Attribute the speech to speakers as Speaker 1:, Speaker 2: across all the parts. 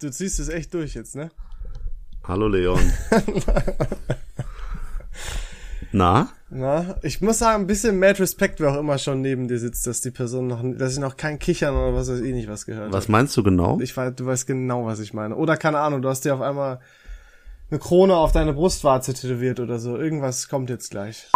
Speaker 1: du ziehst es echt durch jetzt, ne?
Speaker 2: Hallo Leon. Na?
Speaker 1: Na, ich muss sagen, ein bisschen Mad Respect, wer auch immer schon neben dir sitzt, dass die Person noch, dass ich noch kein Kichern oder was weiß ich nicht was gehört
Speaker 2: Was meinst du genau?
Speaker 1: habe. Ich weiß, du weißt genau, was ich meine. Oder keine Ahnung, du hast dir auf einmal eine Krone auf deine Brustwarze tätowiert oder so. Irgendwas kommt jetzt gleich.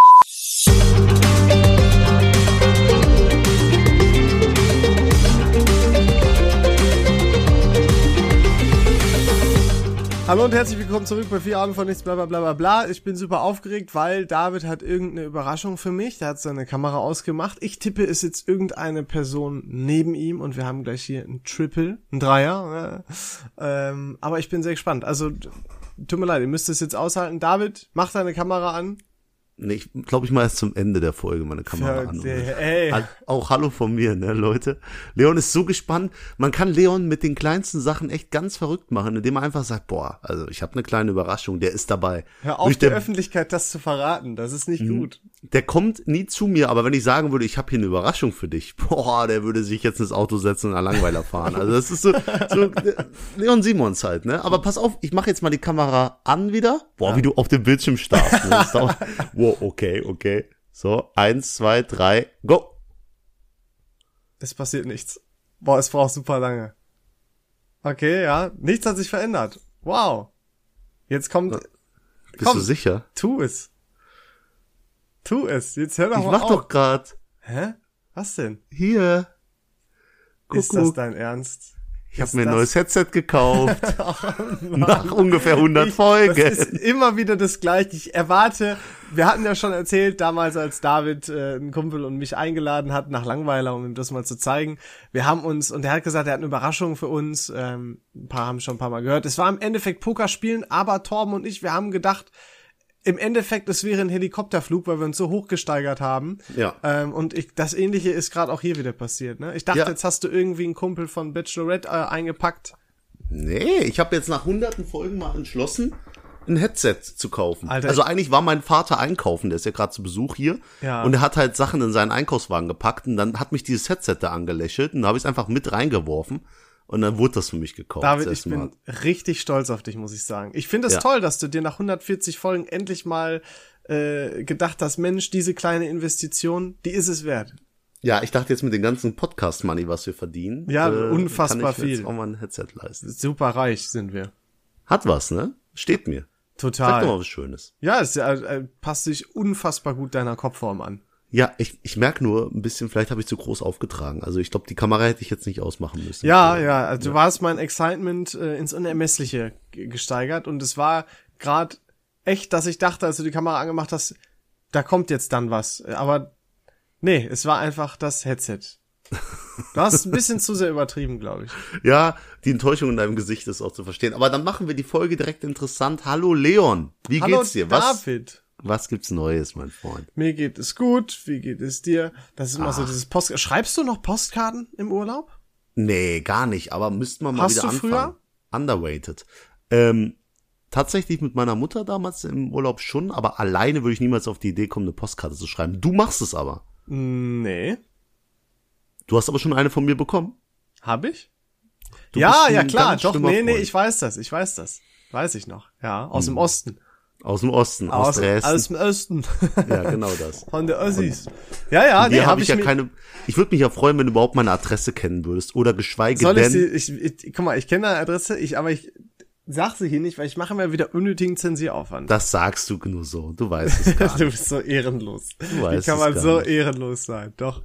Speaker 1: Hallo und herzlich willkommen zurück bei vier Abend von nichts bla bla bla bla bla. Ich bin super aufgeregt, weil David hat irgendeine Überraschung für mich. Der hat seine Kamera ausgemacht. Ich tippe, es sitzt irgendeine Person neben ihm und wir haben gleich hier ein Triple, ein Dreier. Ne? Ähm, aber ich bin sehr gespannt. Also d- tut mir leid, ihr müsst es jetzt aushalten. David, mach deine Kamera an.
Speaker 2: Nee, ich glaube, ich mache erst zum Ende der Folge meine Kamera
Speaker 1: Ja,
Speaker 2: an.
Speaker 1: der- ey.
Speaker 2: Al- Auch Hallo von mir, ne, Leute. Leon ist so gespannt. Man kann Leon mit den kleinsten Sachen echt ganz verrückt machen, indem man einfach sagt, boah, also ich habe eine kleine Überraschung, der ist dabei.
Speaker 1: Hör auf,
Speaker 2: Durch
Speaker 1: der
Speaker 2: der,
Speaker 1: Öffentlichkeit das zu verraten. Das ist nicht gut.
Speaker 2: der kommt nie zu mir, aber wenn ich sagen würde, ich habe hier eine Überraschung für dich, boah, der würde sich jetzt ins Auto setzen und einen Langweiler fahren. Also das ist so, so äh, Leon Simons halt, ne? Aber pass auf, ich mache jetzt mal die Kamera an wieder. Boah, wie du auf dem Bildschirm starrst. Ne? Das ist auch, wow, okay, okay. So, eins, zwei, drei, go.
Speaker 1: Es passiert nichts. Boah, es braucht super lange. Okay, ja. Nichts hat sich verändert. Wow. Jetzt kommt.
Speaker 2: Bist
Speaker 1: Komm.
Speaker 2: du sicher?
Speaker 1: Tu es. Tu es. Jetzt hör doch
Speaker 2: Ich
Speaker 1: mal
Speaker 2: mach
Speaker 1: auf.
Speaker 2: doch grad
Speaker 1: Hä? Was denn?
Speaker 2: hier. Guck,
Speaker 1: Ist das dein Ernst?
Speaker 2: ich habe mir ein neues Headset gekauft.
Speaker 1: Oh
Speaker 2: Nach ungefähr 100 Folgen.
Speaker 1: Das ist immer wieder das Gleiche. Ich erwarte, wir hatten ja schon erzählt, damals als David, äh, ein Kumpel und mich eingeladen hat nach Langweiler, um ihm das mal zu zeigen. Wir haben uns, und er hat gesagt, er hat eine Überraschung für uns. Ähm, ein paar haben schon ein paar Mal gehört. Es war im Endeffekt Pokerspielen, aber Torben und ich, wir haben gedacht, im Endeffekt, es wäre ein Helikopterflug, weil wir uns so hochgesteigert haben.
Speaker 2: Ja.
Speaker 1: Ähm, und ich, das Ähnliche ist gerade auch hier wieder passiert. Ne? Ich dachte,
Speaker 2: Ja.
Speaker 1: jetzt hast du irgendwie einen Kumpel von Bachelorette äh, eingepackt.
Speaker 2: Nee, ich habe jetzt nach hunderten Folgen mal entschlossen, ein Headset zu kaufen.
Speaker 1: Alter,
Speaker 2: also
Speaker 1: ich-
Speaker 2: eigentlich war mein Vater einkaufen, der ist ja gerade zu Besuch hier.
Speaker 1: Ja.
Speaker 2: Und er hat halt Sachen in seinen Einkaufswagen gepackt und dann hat mich dieses Headset da angelächelt und da habe ich es einfach mit reingeworfen und dann wurde das für mich gekauft.
Speaker 1: David,
Speaker 2: das
Speaker 1: ich
Speaker 2: erste
Speaker 1: bin
Speaker 2: Mal.
Speaker 1: richtig stolz auf dich, muss ich sagen. Ich finde es
Speaker 2: Ja.
Speaker 1: toll, dass du dir nach 140 Folgen endlich mal äh, gedacht hast, Mensch, diese kleine Investition, die ist es wert.
Speaker 2: Ja, ich dachte jetzt mit dem ganzen Podcast-Money, was wir verdienen. äh,
Speaker 1: Ja,
Speaker 2: kann
Speaker 1: unfassbar
Speaker 2: ich mir
Speaker 1: viel.
Speaker 2: Jetzt auch mal ein Headset leisten.
Speaker 1: Super reich sind wir.
Speaker 2: Hat was, ne? Steht mir. Sag
Speaker 1: Total.
Speaker 2: doch mal was Schönes.
Speaker 1: Ah, Ja, es äh, äh, passt sich unfassbar gut deiner Kopfform an.
Speaker 2: Ja, ich, ich merke nur ein bisschen, vielleicht habe ich zu groß aufgetragen. Also ich glaube, die Kamera hätte ich jetzt nicht ausmachen müssen.
Speaker 1: Ja, ja, also du warst mein Excitement äh, ins Unermessliche ge- gesteigert und es war gerade echt, dass ich dachte, als du die Kamera angemacht hast, da kommt jetzt dann was. Aber nee, es war einfach das Headset. Du hast ein bisschen zu sehr übertrieben, glaube ich.
Speaker 2: Ja, die Enttäuschung in deinem Gesicht ist auch zu verstehen. Aber dann machen wir die Folge direkt interessant. Hallo Leon, wie
Speaker 1: Hallo
Speaker 2: geht's dir? Was,
Speaker 1: David.
Speaker 2: was gibt's Neues, mein Freund?
Speaker 1: Mir geht es gut, wie geht es dir? Das ist immer
Speaker 2: Ah.
Speaker 1: so dieses Post. Schreibst du noch Postkarten im Urlaub?
Speaker 2: Nee, gar nicht, aber müssten wir mal
Speaker 1: Hast
Speaker 2: wieder
Speaker 1: du
Speaker 2: anfangen.
Speaker 1: früher?
Speaker 2: Underweighted. Ähm, tatsächlich mit meiner Mutter damals im Urlaub schon, aber alleine würde ich niemals auf die Idee kommen, eine Postkarte zu schreiben. Du machst es aber.
Speaker 1: Nee.
Speaker 2: Du hast aber schon eine von mir bekommen.
Speaker 1: Hab ich?
Speaker 2: Du
Speaker 1: ja,
Speaker 2: bist ein
Speaker 1: ja klar,
Speaker 2: ganz
Speaker 1: doch.
Speaker 2: schlimmer
Speaker 1: Nee, nee,
Speaker 2: Freund. Hm.
Speaker 1: ich weiß das, ich weiß das. Weiß ich noch. Ja, aus dem Osten.
Speaker 2: Aus dem Osten, aus, Dresden.
Speaker 1: aus dem Osten.
Speaker 2: ja, genau das.
Speaker 1: Von der Ossis. Ja, ja, nee,
Speaker 2: Hier
Speaker 1: hab
Speaker 2: habe ich ja
Speaker 1: mir-
Speaker 2: keine. Ich würde mich ja freuen, wenn du überhaupt meine Adresse kennen würdest. Oder geschweige
Speaker 1: Soll ich
Speaker 2: denn.
Speaker 1: sie, ich, ich, guck mal, ich kenne deine Adresse, ich, aber ich sag sie hier nicht, weil ich mache mir wieder unnötigen Zensuraufwand.
Speaker 2: Das sagst du nur so. Du weißt es gar
Speaker 1: du
Speaker 2: nicht.
Speaker 1: bist so ehrenlos. Wie
Speaker 2: weißt
Speaker 1: kann
Speaker 2: es
Speaker 1: man
Speaker 2: gar
Speaker 1: so
Speaker 2: nicht.
Speaker 1: ehrenlos sein? Doch.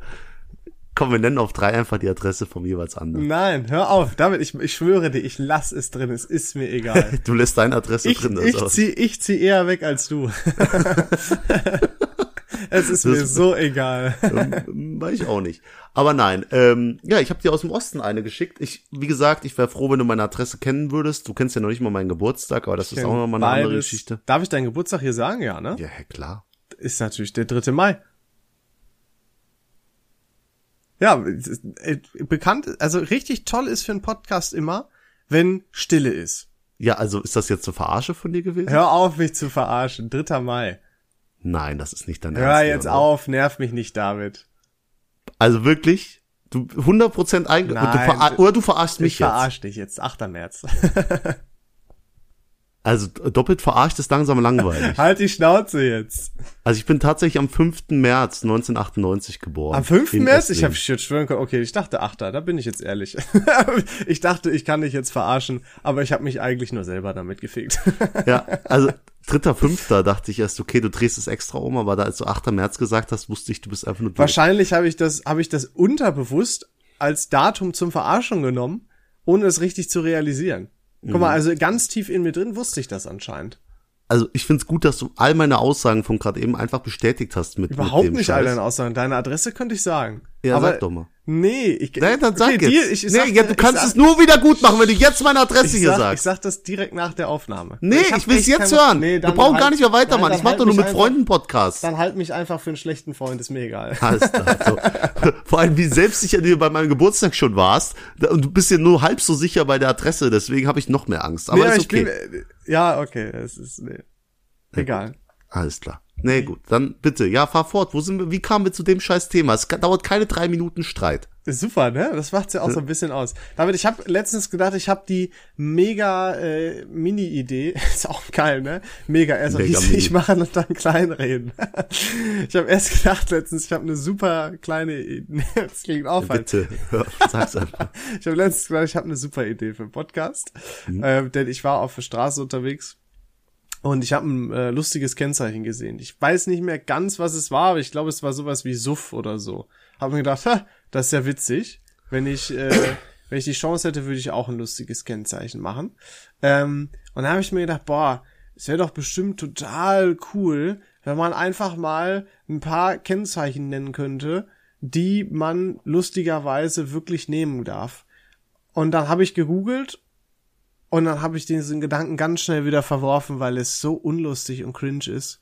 Speaker 2: Komm, wir nennen auf drei einfach die Adresse vom jeweils anderen.
Speaker 1: Nein, hör auf, damit, ich, ich schwöre dir, ich lass es drin, es ist mir egal.
Speaker 2: Du lässt deine Adresse
Speaker 1: Mhm. Ich,
Speaker 2: drin. also.
Speaker 1: ich,
Speaker 2: das ist aber-
Speaker 1: zieh, ich zieh eher weg als du. es ist mir so egal.
Speaker 2: Ähm, Weiß ich auch nicht. Aber nein, ähm, ja, ich habe dir aus dem Osten eine geschickt. Ich, wie gesagt, ich wäre froh, wenn du meine Adresse kennen würdest. Du kennst ja noch nicht mal meinen Geburtstag, aber das ist auch nochmal eine andere
Speaker 1: Beides-
Speaker 2: Geschichte.
Speaker 1: Darf ich deinen Geburtstag hier sagen? Ja, ne?
Speaker 2: Ja, hä, klar.
Speaker 1: Ist natürlich der 3. Mai. Ja, es ist, äh, bekannt, also richtig toll ist für einen Podcast immer, wenn Stille ist.
Speaker 2: Ja, also ist das jetzt eine Verarsche von dir gewesen?
Speaker 1: Hör auf, mich zu verarschen. 3. Mai.
Speaker 2: Nein, das ist nicht dein
Speaker 1: Hör
Speaker 2: Ernst,
Speaker 1: jetzt
Speaker 2: Leon.
Speaker 1: auf, nerv mich nicht damit.
Speaker 2: Also wirklich, Du 100% eing du
Speaker 1: Nein,
Speaker 2: vera- oder du verarschst mich
Speaker 1: Ich
Speaker 2: jetzt.
Speaker 1: verarsch dich jetzt, 8. März.
Speaker 2: Also doppelt verarscht ist langsam langweilig.
Speaker 1: halt die Schnauze jetzt.
Speaker 2: Also ich bin tatsächlich am 5. März 1998 geboren.
Speaker 1: Am 5.
Speaker 2: In
Speaker 1: März? Ich
Speaker 2: Esslingen.
Speaker 1: habe jetzt schwören können, okay, ich dachte 8. Da bin ich jetzt ehrlich. ich dachte, ich kann dich jetzt verarschen, aber ich habe mich eigentlich nur selber damit gefegt.
Speaker 2: Ja, also dritter, fünfter dachte ich erst, okay, du drehst es extra um, aber da als du 8. März gesagt hast, wusste ich, du bist einfach nur durch.
Speaker 1: Wahrscheinlich habe ich das, habe ich das unterbewusst als Datum zum Verarschen genommen, ohne es richtig zu realisieren. Guck
Speaker 2: Mhm.
Speaker 1: mal, also ganz tief in mir drin wusste ich das anscheinend.
Speaker 2: Also ich find's gut, dass du all meine Aussagen von gerade eben einfach bestätigt hast mit
Speaker 1: Überhaupt
Speaker 2: mit dem
Speaker 1: nicht all
Speaker 2: Scheiß.
Speaker 1: deine Aussagen. Deine Adresse könnte ich sagen.
Speaker 2: Ja,
Speaker 1: aber
Speaker 2: sag doch mal.
Speaker 1: Nee, ich.
Speaker 2: Nein, dann sag
Speaker 1: okay,
Speaker 2: jetzt.
Speaker 1: Dir, ich, ich sag
Speaker 2: nee, ja,
Speaker 1: dir-
Speaker 2: du
Speaker 1: ich
Speaker 2: kannst
Speaker 1: sag-
Speaker 2: es nur wieder gut machen, wenn du jetzt meine Adresse
Speaker 1: ich
Speaker 2: hier
Speaker 1: sag, Ich
Speaker 2: sagst.
Speaker 1: sag das direkt nach der Aufnahme.
Speaker 2: nee,
Speaker 1: hab
Speaker 2: ich will's
Speaker 1: echt
Speaker 2: jetzt
Speaker 1: keinen Bock-
Speaker 2: hören.
Speaker 1: Nee,
Speaker 2: wir
Speaker 1: dann
Speaker 2: brauchen
Speaker 1: halt-
Speaker 2: gar nicht mehr weitermachen.
Speaker 1: Nein, dann
Speaker 2: ich mach
Speaker 1: halt
Speaker 2: doch nur
Speaker 1: mich
Speaker 2: mit
Speaker 1: einfach-
Speaker 2: Freunden Podcasts.
Speaker 1: Dann halt mich einfach für einen schlechten Freund, ist mir egal.
Speaker 2: Alles klar, so. Vor allem, wie selbstsicher du bei meinem Geburtstag schon warst. Da- Und du bist ja nur halb so sicher bei der Adresse, deswegen habe ich noch mehr Angst. Aber
Speaker 1: Nee,
Speaker 2: ist
Speaker 1: ich
Speaker 2: okay.
Speaker 1: bin, äh, ja, okay, es ist, nee. Egal.
Speaker 2: Alles klar. Nee, gut, dann bitte. Ja, fahr fort. Wo sind wir? Wie kamen wir zu dem scheiß Thema? Es ka- dauert keine drei Minuten Streit.
Speaker 1: Ist Super, ne? Das macht's ja auch so ein bisschen aus. David, ich habe letztens gedacht, ich habe die mega äh, Mini-Idee. Ist auch geil, ne? Mega erst
Speaker 2: Mega
Speaker 1: riesig
Speaker 2: Mini.
Speaker 1: machen und dann klein reden. ich habe erst gedacht letztens, ich habe eine super kleine Idee. Das klingt auffallend.
Speaker 2: Bitte, hör, sag's einfach.
Speaker 1: Ich habe letztens gesagt, ich habe eine super Idee für einen Podcast,
Speaker 2: Mhm.
Speaker 1: ähm, denn ich war auf der Straße unterwegs und ich habe ein äh, lustiges Kennzeichen gesehen. Ich weiß nicht mehr ganz, was es war, aber ich glaube, es war sowas wie Suff oder so. Habe mir gedacht, ha, das ist ja witzig. Wenn ich äh, wenn ich die Chance hätte, würde ich auch ein lustiges Kennzeichen machen. Ähm, und da habe ich mir gedacht, boah, es wäre doch bestimmt total cool, wenn man einfach mal ein paar Kennzeichen nennen könnte, die man lustigerweise wirklich nehmen darf. Und dann habe ich gegoogelt und dann habe ich diesen Gedanken ganz schnell wieder verworfen, weil es so unlustig und cringe ist.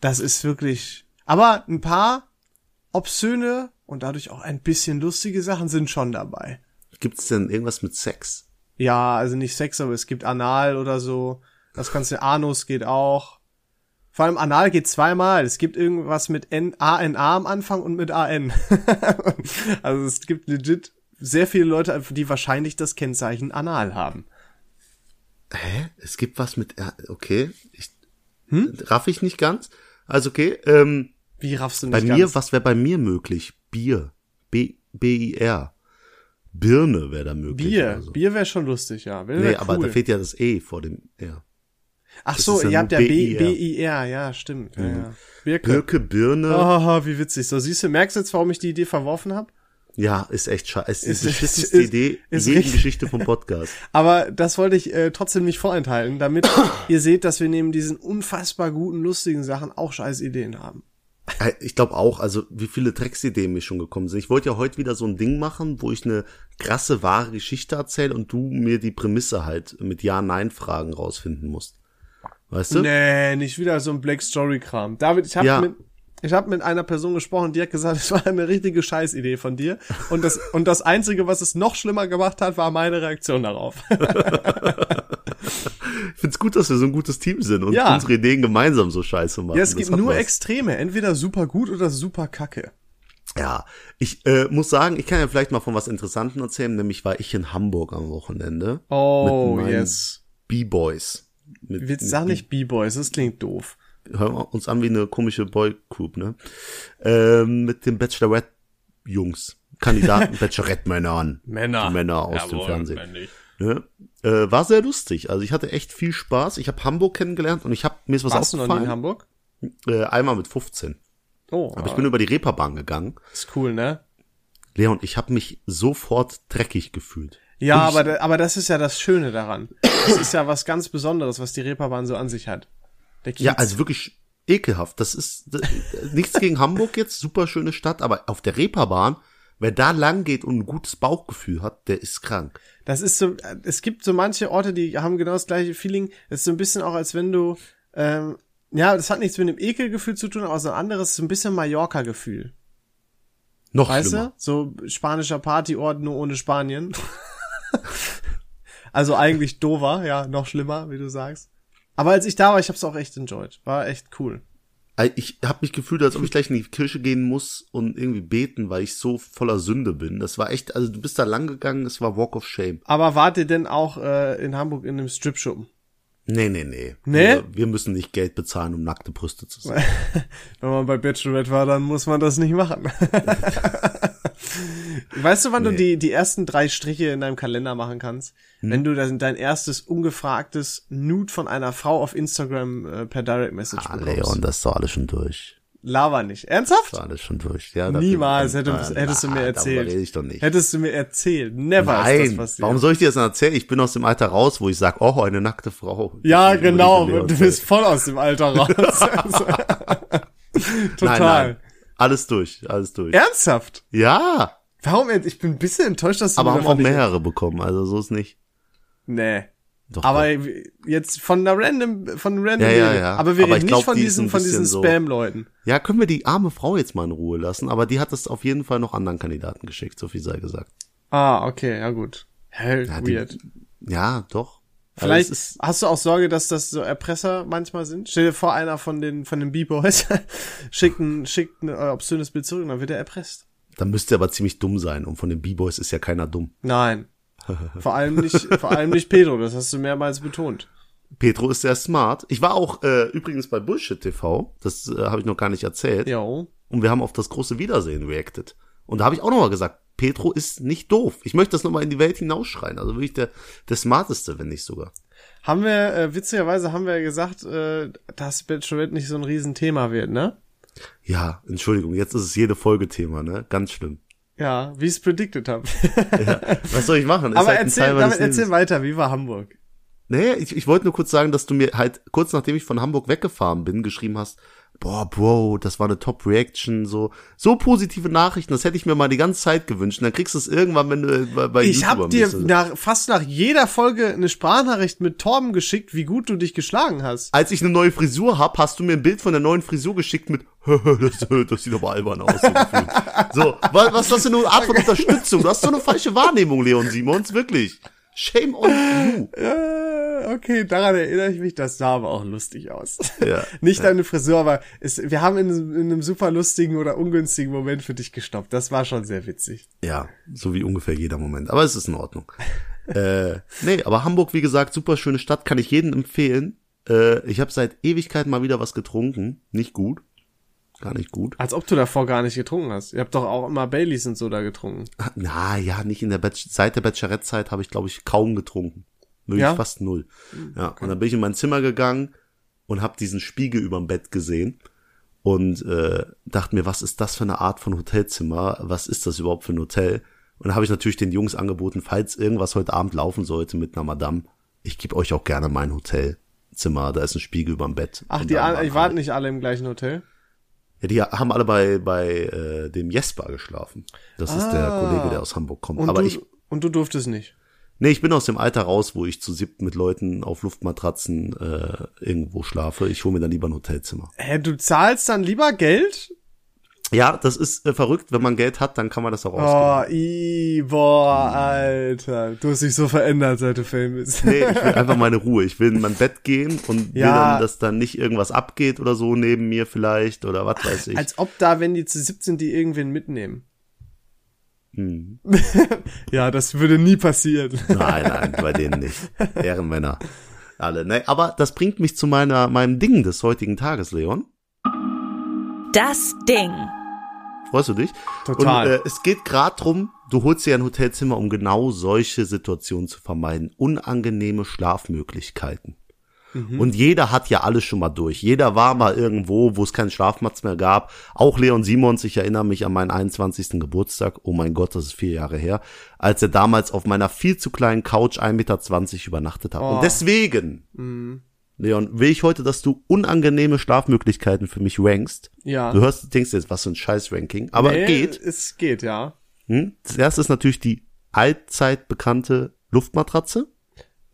Speaker 1: Das ist wirklich. Aber ein paar obszöne und dadurch auch ein bisschen lustige Sachen sind schon dabei.
Speaker 2: Gibt's denn irgendwas mit Sex?
Speaker 1: Ja, also nicht Sex, aber es gibt Anal oder so. Das ganze Anus geht auch. Vor allem Anal geht zweimal. Es gibt irgendwas mit N ANA am Anfang und mit AN. also es gibt legit sehr viele Leute, die wahrscheinlich das Kennzeichen Anal haben.
Speaker 2: Hä? Es gibt was mit, ja, okay. Ich,
Speaker 1: Hm?
Speaker 2: Raff ich nicht ganz? Also, okay, ähm,
Speaker 1: Wie raffst du nicht
Speaker 2: bei mir,
Speaker 1: ganz?
Speaker 2: was wäre bei mir möglich? Bier. B, B-I-R. Birne wäre da möglich.
Speaker 1: Bier.
Speaker 2: oder so.
Speaker 1: Bier wäre schon lustig, ja. Wär
Speaker 2: Nee,
Speaker 1: wär
Speaker 2: aber
Speaker 1: cool.
Speaker 2: da fehlt ja das E vor dem, ja.
Speaker 1: Ach
Speaker 2: es
Speaker 1: so,
Speaker 2: ist ja
Speaker 1: ihr
Speaker 2: nur
Speaker 1: habt ja B-
Speaker 2: BIR.
Speaker 1: BIR, ja, stimmt. Ja, ja. Birke.
Speaker 2: Mhm. Birke, Birne.
Speaker 1: Oh, wie witzig. So, siehst du, merkst du jetzt, warum ich die Idee verworfen habe?
Speaker 2: Ja, ist echt scheiße. Es
Speaker 1: Ist-
Speaker 2: ist die beschissenste
Speaker 1: ist-
Speaker 2: Idee
Speaker 1: ist
Speaker 2: jeden
Speaker 1: richtig.
Speaker 2: Geschichte vom Podcast.
Speaker 1: Aber das wollte ich äh, trotzdem nicht vorenthalten, damit ihr seht, dass wir neben diesen unfassbar guten, lustigen Sachen auch scheiß Ideen haben.
Speaker 2: Äh, Ich glaube auch, also wie viele Drecksideen mir E schon gekommen sind. Ich wollte ja heute wieder so ein Ding machen, wo ich eine krasse, wahre Geschichte erzähle und du mir die Prämisse halt mit Ja-Nein-Fragen rausfinden musst. Weißt du?
Speaker 1: Nee, nicht wieder so ein Black Story-Kram. David, ich habe
Speaker 2: Ja.
Speaker 1: mit. Ich habe mit einer Person gesprochen, die hat gesagt, es war eine richtige Scheißidee von dir. Und das, und das Einzige, was es noch schlimmer gemacht hat, war meine Reaktion darauf.
Speaker 2: Ich find's gut, dass wir so ein gutes Team sind und
Speaker 1: Ja.
Speaker 2: unsere Ideen gemeinsam so scheiße machen.
Speaker 1: Ja, es
Speaker 2: Das
Speaker 1: gibt
Speaker 2: hat
Speaker 1: nur
Speaker 2: was.
Speaker 1: Extreme, entweder super gut oder super kacke.
Speaker 2: Ja, ich äh, muss sagen, ich kann ja vielleicht mal von was Interessantem erzählen, nämlich war ich in Hamburg am Wochenende.
Speaker 1: Oh,
Speaker 2: meinen
Speaker 1: yes.
Speaker 2: B-Boys. Mit-
Speaker 1: Jetzt sag nicht B-Boys, das klingt doof.
Speaker 2: hören wir uns an wie eine komische Boy-Group, ne? Ähm, mit den Bachelorette-Jungs. Kandidaten Bachelorette-Männern.
Speaker 1: Männer.
Speaker 2: Die Männer aus dem
Speaker 1: Jawohl,
Speaker 2: Fernsehen. Ne? Äh, war sehr lustig. Also ich hatte echt viel Spaß. Ich habe Hamburg kennengelernt und ich habe mir ist was
Speaker 1: Warst du noch nie in
Speaker 2: aufgefallen.
Speaker 1: Hamburg?
Speaker 2: Äh, einmal mit 15.
Speaker 1: Oh,
Speaker 2: Aber ich bin über die Reeperbahn gegangen.
Speaker 1: ist cool, ne?
Speaker 2: Leon, ich habe mich sofort dreckig gefühlt.
Speaker 1: Ja, aber, da- aber das ist ja das Schöne daran. Das ist ja was ganz Besonderes, was die Reeperbahn so an sich hat. Der Kiez,
Speaker 2: Ja, also wirklich ekelhaft. Das ist d- d- nichts gegen Hamburg jetzt, super schöne Stadt, aber auf der Reeperbahn, wer da lang geht und ein gutes Bauchgefühl hat, der ist krank.
Speaker 1: das ist so, es gibt so manche Orte, die haben genau das gleiche Feeling. Es ist so ein bisschen auch, als wenn du, ähm, ja, das hat nichts mit dem Ekelgefühl zu tun, aber so ein anderes, so ein bisschen Mallorca-Gefühl.
Speaker 2: Noch
Speaker 1: Weißt
Speaker 2: schlimmer.
Speaker 1: du? So spanischer Partyort, nur ohne Spanien. also eigentlich Dover, ja, noch schlimmer, wie du sagst. Aber als ich da war, ich hab's auch echt enjoyed. War echt cool.
Speaker 2: Also Ich habe mich gefühlt, als ob ich gleich in die Kirche gehen muss und irgendwie beten, weil ich so voller Sünde bin. Das war echt, also du bist da lang gegangen, es war Walk of Shame.
Speaker 1: Aber wart ihr denn auch äh, in Hamburg in einem Stripschuppen?
Speaker 2: Nee, nee, nee.
Speaker 1: Nee?
Speaker 2: Wir, wir müssen nicht Geld bezahlen, um nackte Brüste zu sehen.
Speaker 1: Wenn man bei Bachelorette war, dann muss man das nicht machen. weißt du, wann du
Speaker 2: Nee. Hm?
Speaker 1: die, die ersten drei Striche in deinem Kalender machen kannst? Wenn du dann dein erstes ungefragtes Nude von einer Frau auf Instagram äh, per Direct Message
Speaker 2: Ah,
Speaker 1: bekommst.
Speaker 2: Leon, das ist doch alles schon durch.
Speaker 1: Laber nicht. Ernsthaft?
Speaker 2: Das ist alles schon durch. Ja, da-
Speaker 1: Niemals
Speaker 2: da-
Speaker 1: hätte,
Speaker 2: da-
Speaker 1: hättest du mir
Speaker 2: na,
Speaker 1: erzählt.
Speaker 2: Darüber rede ich doch nicht.
Speaker 1: Hättest du mir erzählt. Never ist das
Speaker 2: Nein,
Speaker 1: passiert.
Speaker 2: warum soll ich dir das denn erzählen? Ich bin aus dem Alter raus, wo ich sage, oh, eine nackte Frau.
Speaker 1: ja,
Speaker 2: Ich bin
Speaker 1: genau.
Speaker 2: Leon.
Speaker 1: Du bist voll aus dem Alter raus. Also, Total.
Speaker 2: Nein, nein. Alles durch, alles durch.
Speaker 1: Ernsthaft?
Speaker 2: Ja,
Speaker 1: Warum? jetzt? Ich bin ein bisschen enttäuscht, dass du
Speaker 2: aber
Speaker 1: mir
Speaker 2: haben
Speaker 1: davon
Speaker 2: auch mehrere bekommen, also so ist nicht.
Speaker 1: Nicht... Nee.
Speaker 2: Doch,
Speaker 1: Aber
Speaker 2: doch.
Speaker 1: jetzt von einer random, von einem random
Speaker 2: Ja, ja,
Speaker 1: Mädel.
Speaker 2: ja.
Speaker 1: Aber wir
Speaker 2: Aber ich
Speaker 1: reden
Speaker 2: glaub,
Speaker 1: nicht von
Speaker 2: die ist
Speaker 1: diesen,
Speaker 2: ein
Speaker 1: von diesen
Speaker 2: bisschen so-
Speaker 1: Spam-Leuten.
Speaker 2: ja, können wir die arme Frau jetzt mal in Ruhe lassen, aber die hat es auf jeden Fall noch anderen Kandidaten geschickt, so viel sei gesagt.
Speaker 1: Ah, okay, ja gut. Hell,
Speaker 2: Ja, die-
Speaker 1: weird.
Speaker 2: Ja, doch. Also
Speaker 1: Vielleicht
Speaker 2: es ist,
Speaker 1: hast du auch Sorge, dass das so Erpresser manchmal sind. Stell dir vor, einer von den, von den B-Boys schickt ein, schickt ein äh, obszönes Bild zurück und dann wird er erpresst.
Speaker 2: dann müsste er aber ziemlich dumm sein und von den B-Boys ist ja keiner dumm.
Speaker 1: Nein. vor allem nicht, vor allem nicht Pedro, das hast du mehrmals betont.
Speaker 2: Petro ist sehr smart. Ich war auch äh, übrigens bei Bullshit TV, das äh, habe ich noch gar nicht erzählt.
Speaker 1: Jo.
Speaker 2: und wir haben auf das große Wiedersehen reacted. Und da habe ich auch nochmal gesagt, Petro ist nicht doof. Ich möchte das nochmal in die Welt hinausschreien. Also wirklich der, der smarteste, wenn nicht sogar.
Speaker 1: Haben wir, äh, witzigerweise haben wir ja gesagt, äh, dass Bachelorette nicht so ein Riesenthema wird, ne?
Speaker 2: Ja, Entschuldigung, jetzt ist es jede Folge Thema, ne? Ganz schlimm.
Speaker 1: Ja, wie ich es predicted habe.
Speaker 2: Was soll ich machen? Ist
Speaker 1: Aber
Speaker 2: halt ein
Speaker 1: erzähl,
Speaker 2: Teil meines
Speaker 1: damit erzähl
Speaker 2: Lebens.
Speaker 1: weiter, wie war Hamburg?
Speaker 2: Nee, ich, ich wollte nur kurz sagen, dass du mir halt kurz nachdem ich von Hamburg weggefahren bin, geschrieben hast, boah, Bro, das war eine Top-Reaction, so so positive Nachrichten, das hätte ich mir mal die ganze Zeit gewünscht. Und dann kriegst du es irgendwann, wenn du äh, bei, bei
Speaker 1: Ich
Speaker 2: YouTubern
Speaker 1: hab dir
Speaker 2: bist. also.
Speaker 1: nach, fast nach jeder Folge eine Sprachnachricht mit Torben geschickt, wie gut du dich geschlagen hast.
Speaker 2: als ich eine neue Frisur hab, hast du mir ein Bild von der neuen Frisur geschickt mit, das, das sieht aber albern aus. So, gefühlt. so was, was ist das denn eine Art von Unterstützung? Du hast so eine falsche Wahrnehmung, Leon Simons, wirklich. Shame on you.
Speaker 1: Äh, okay, daran erinnere ich mich, das sah aber auch lustig aus.
Speaker 2: Ja,
Speaker 1: Nicht deine Frisur, aber es, wir haben in, in einem super lustigen oder ungünstigen Moment für dich gestoppt. Das war schon sehr witzig.
Speaker 2: Ja, so wie ungefähr jeder Moment. Aber es ist in Ordnung. äh, nee, aber Hamburg, wie gesagt, super schöne Stadt, kann ich jedem empfehlen. Äh, ich habe seit Ewigkeit mal wieder was getrunken. Nicht gut. Gar nicht gut.
Speaker 1: Als ob du davor gar nicht getrunken hast. Ihr habt doch auch immer Baileys und Soda getrunken.
Speaker 2: Na ja, nicht in der Batch seit der Bachelorette-Zeit habe ich, glaube ich, kaum getrunken. Wirklich
Speaker 1: Ja? Hm,
Speaker 2: fast null. Ja, und dann bin ich in mein Zimmer gegangen und habe diesen Spiegel überm Bett gesehen und äh, dachte mir, was ist das für eine Art von Hotelzimmer? Was ist das überhaupt für ein Hotel? Und da habe ich natürlich den Jungs angeboten, falls irgendwas heute Abend laufen sollte mit einer Madame, ich gebe euch auch gerne mein Hotelzimmer. Da ist ein Spiegel überm Bett.
Speaker 1: Ach,
Speaker 2: Und
Speaker 1: die
Speaker 2: dann
Speaker 1: an,
Speaker 2: waren
Speaker 1: ich war
Speaker 2: alle-
Speaker 1: nicht alle im gleichen Hotel.
Speaker 2: Ja, die haben alle bei bei äh, dem Jesper geschlafen. Das ist der Kollege, der aus Hamburg kommt.
Speaker 1: Ah. Und
Speaker 2: Aber
Speaker 1: du,
Speaker 2: ich
Speaker 1: und du durftest nicht.
Speaker 2: Nee, ich bin aus dem Alter raus, wo ich zu siebt mit Leuten auf Luftmatratzen äh, irgendwo schlafe. Ich hole mir dann lieber ein Hotelzimmer.
Speaker 1: Hä, du zahlst dann lieber Geld?
Speaker 2: Ja, das ist äh, verrückt. Wenn man Geld hat, dann kann man das auch
Speaker 1: Oh.
Speaker 2: ausgeben.
Speaker 1: Boah, i, boah, Alter. Du hast dich so verändert, seit du Film bist.
Speaker 2: Nee, ich will einfach meine Ruhe. Ich will in mein Bett gehen und will
Speaker 1: Ja.
Speaker 2: dann, dass dann nicht irgendwas abgeht oder so neben mir vielleicht oder was weiß ich.
Speaker 1: Als ob da, wenn die zu 17 die irgendwen mitnehmen.
Speaker 2: Hm.
Speaker 1: Ja, das würde nie passieren.
Speaker 2: Nein, nein, bei denen nicht. Ehrenmänner. Alle. Nee, aber das bringt mich zu meiner meinem Ding des heutigen Tages, Leon.
Speaker 3: Das Ding.
Speaker 2: Freust du dich?
Speaker 1: Total.
Speaker 2: Und, äh, es geht gerade drum, du holst dir ein Hotelzimmer, um genau solche Situationen zu vermeiden. Unangenehme Schlafmöglichkeiten.
Speaker 1: Mhm.
Speaker 2: Und jeder hat ja alles schon mal durch. Jeder war mal irgendwo, wo es keinen Schlafplatz mehr gab. Auch Leon Simons, ich erinnere mich an meinen 21. Geburtstag. Oh mein Gott, das ist vier Jahre her. Als er damals auf meiner viel zu kleinen Couch 1,20 Meter übernachtet hat.
Speaker 1: Oh. Mhm.
Speaker 2: Und deswegen, Leon, will ich heute, dass du unangenehme Schlafmöglichkeiten für mich rankst.
Speaker 1: Ja.
Speaker 2: Du hörst, denkst jetzt, was für ein Scheiß-Ranking. Aber
Speaker 1: Nee,
Speaker 2: geht.
Speaker 1: Es geht, ja.
Speaker 2: Hm? Das erste ist natürlich die allzeit bekannte Luftmatratze.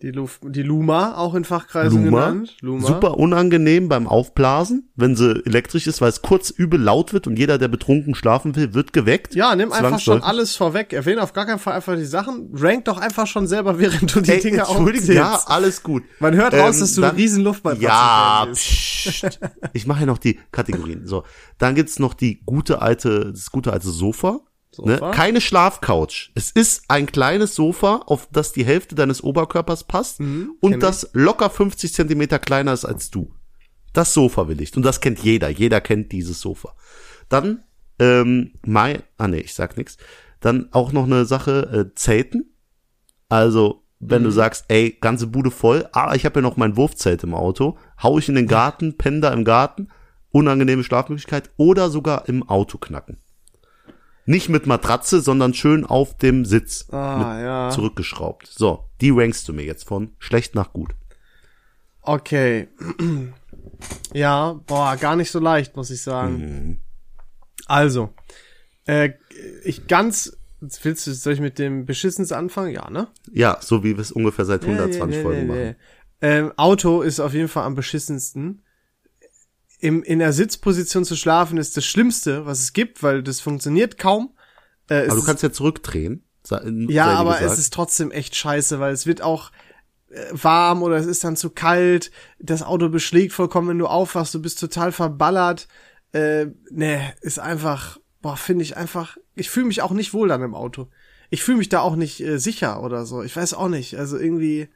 Speaker 1: Die, Luf die Luma, auch in Fachkreisen
Speaker 2: Luma.
Speaker 1: genannt. Luma.
Speaker 2: Super unangenehm beim Aufblasen, wenn sie elektrisch ist, weil es kurz übel laut wird und jeder, der betrunken schlafen will, wird geweckt.
Speaker 1: Ja, nimm einfach schon
Speaker 2: Zwangsläufig.
Speaker 1: alles vorweg. Erwähne auf gar keinen Fall einfach die Sachen. Rank doch einfach schon selber, während du die
Speaker 2: Ey,
Speaker 1: Dinge
Speaker 2: entschuldigung,
Speaker 1: aufzählst.
Speaker 2: ja, alles gut.
Speaker 1: Man hört raus,
Speaker 2: Ähm,
Speaker 1: dass du
Speaker 2: dann-
Speaker 1: einen riesen Luftballon
Speaker 2: Ja,
Speaker 1: bist.
Speaker 2: pst. Ich mache ja noch die Kategorien. So, dann gibt's noch die gute alte, das gute alte Sofa.
Speaker 1: Sofa.
Speaker 2: Ne? Keine Schlafcouch. Es ist ein kleines Sofa, auf das die Hälfte deines Oberkörpers passt
Speaker 1: Mhm,
Speaker 2: und das locker 50 Zentimeter kleiner ist als du. Das Sofa will ich. Und das kennt jeder. Jeder kennt dieses Sofa. Dann, ähm, mein, ah nee, ich sag nix. Dann auch noch eine Sache, äh, Zelten. Also, wenn
Speaker 1: Mhm.
Speaker 2: du sagst, ey, ganze Bude voll, aber ich habe ja noch mein Wurfzelt im Auto, hau ich in den Garten, penn da im Garten, unangenehme Schlafmöglichkeit oder sogar im Auto knacken. Nicht mit Matratze, sondern schön auf dem Sitz
Speaker 1: Ah, ja.
Speaker 2: zurückgeschraubt. So, die rankst du mir jetzt von schlecht nach gut.
Speaker 1: Okay. Ja, boah, gar nicht so leicht, muss ich sagen.
Speaker 2: Mhm.
Speaker 1: Also, äh, ich ganz, willst du, soll ich mit dem Beschissens anfangen? Ja, ne?
Speaker 2: Ja, so wie wir es ungefähr seit 120
Speaker 1: Nee, nee, nee,
Speaker 2: Folgen
Speaker 1: nee.
Speaker 2: machen.
Speaker 1: Ähm, Auto ist auf jeden Fall am beschissensten. Im, in der Sitzposition zu schlafen ist das Schlimmste, was es gibt, weil das funktioniert kaum. Äh, es
Speaker 2: Aber du
Speaker 1: ist-
Speaker 2: kannst ja zurückdrehen. sei-
Speaker 1: ja,
Speaker 2: sei dir
Speaker 1: aber
Speaker 2: gesagt.
Speaker 1: es ist trotzdem echt scheiße, weil es wird auch äh, warm oder es ist dann zu kalt, das Auto beschlägt vollkommen, wenn du aufwachst, du bist total verballert. Äh, nee, ist einfach, boah, finde ich einfach, ich fühle mich auch nicht wohl dann im Auto. Ich fühle mich da auch nicht äh, sicher oder so. Ich weiß auch nicht. Also irgendwie.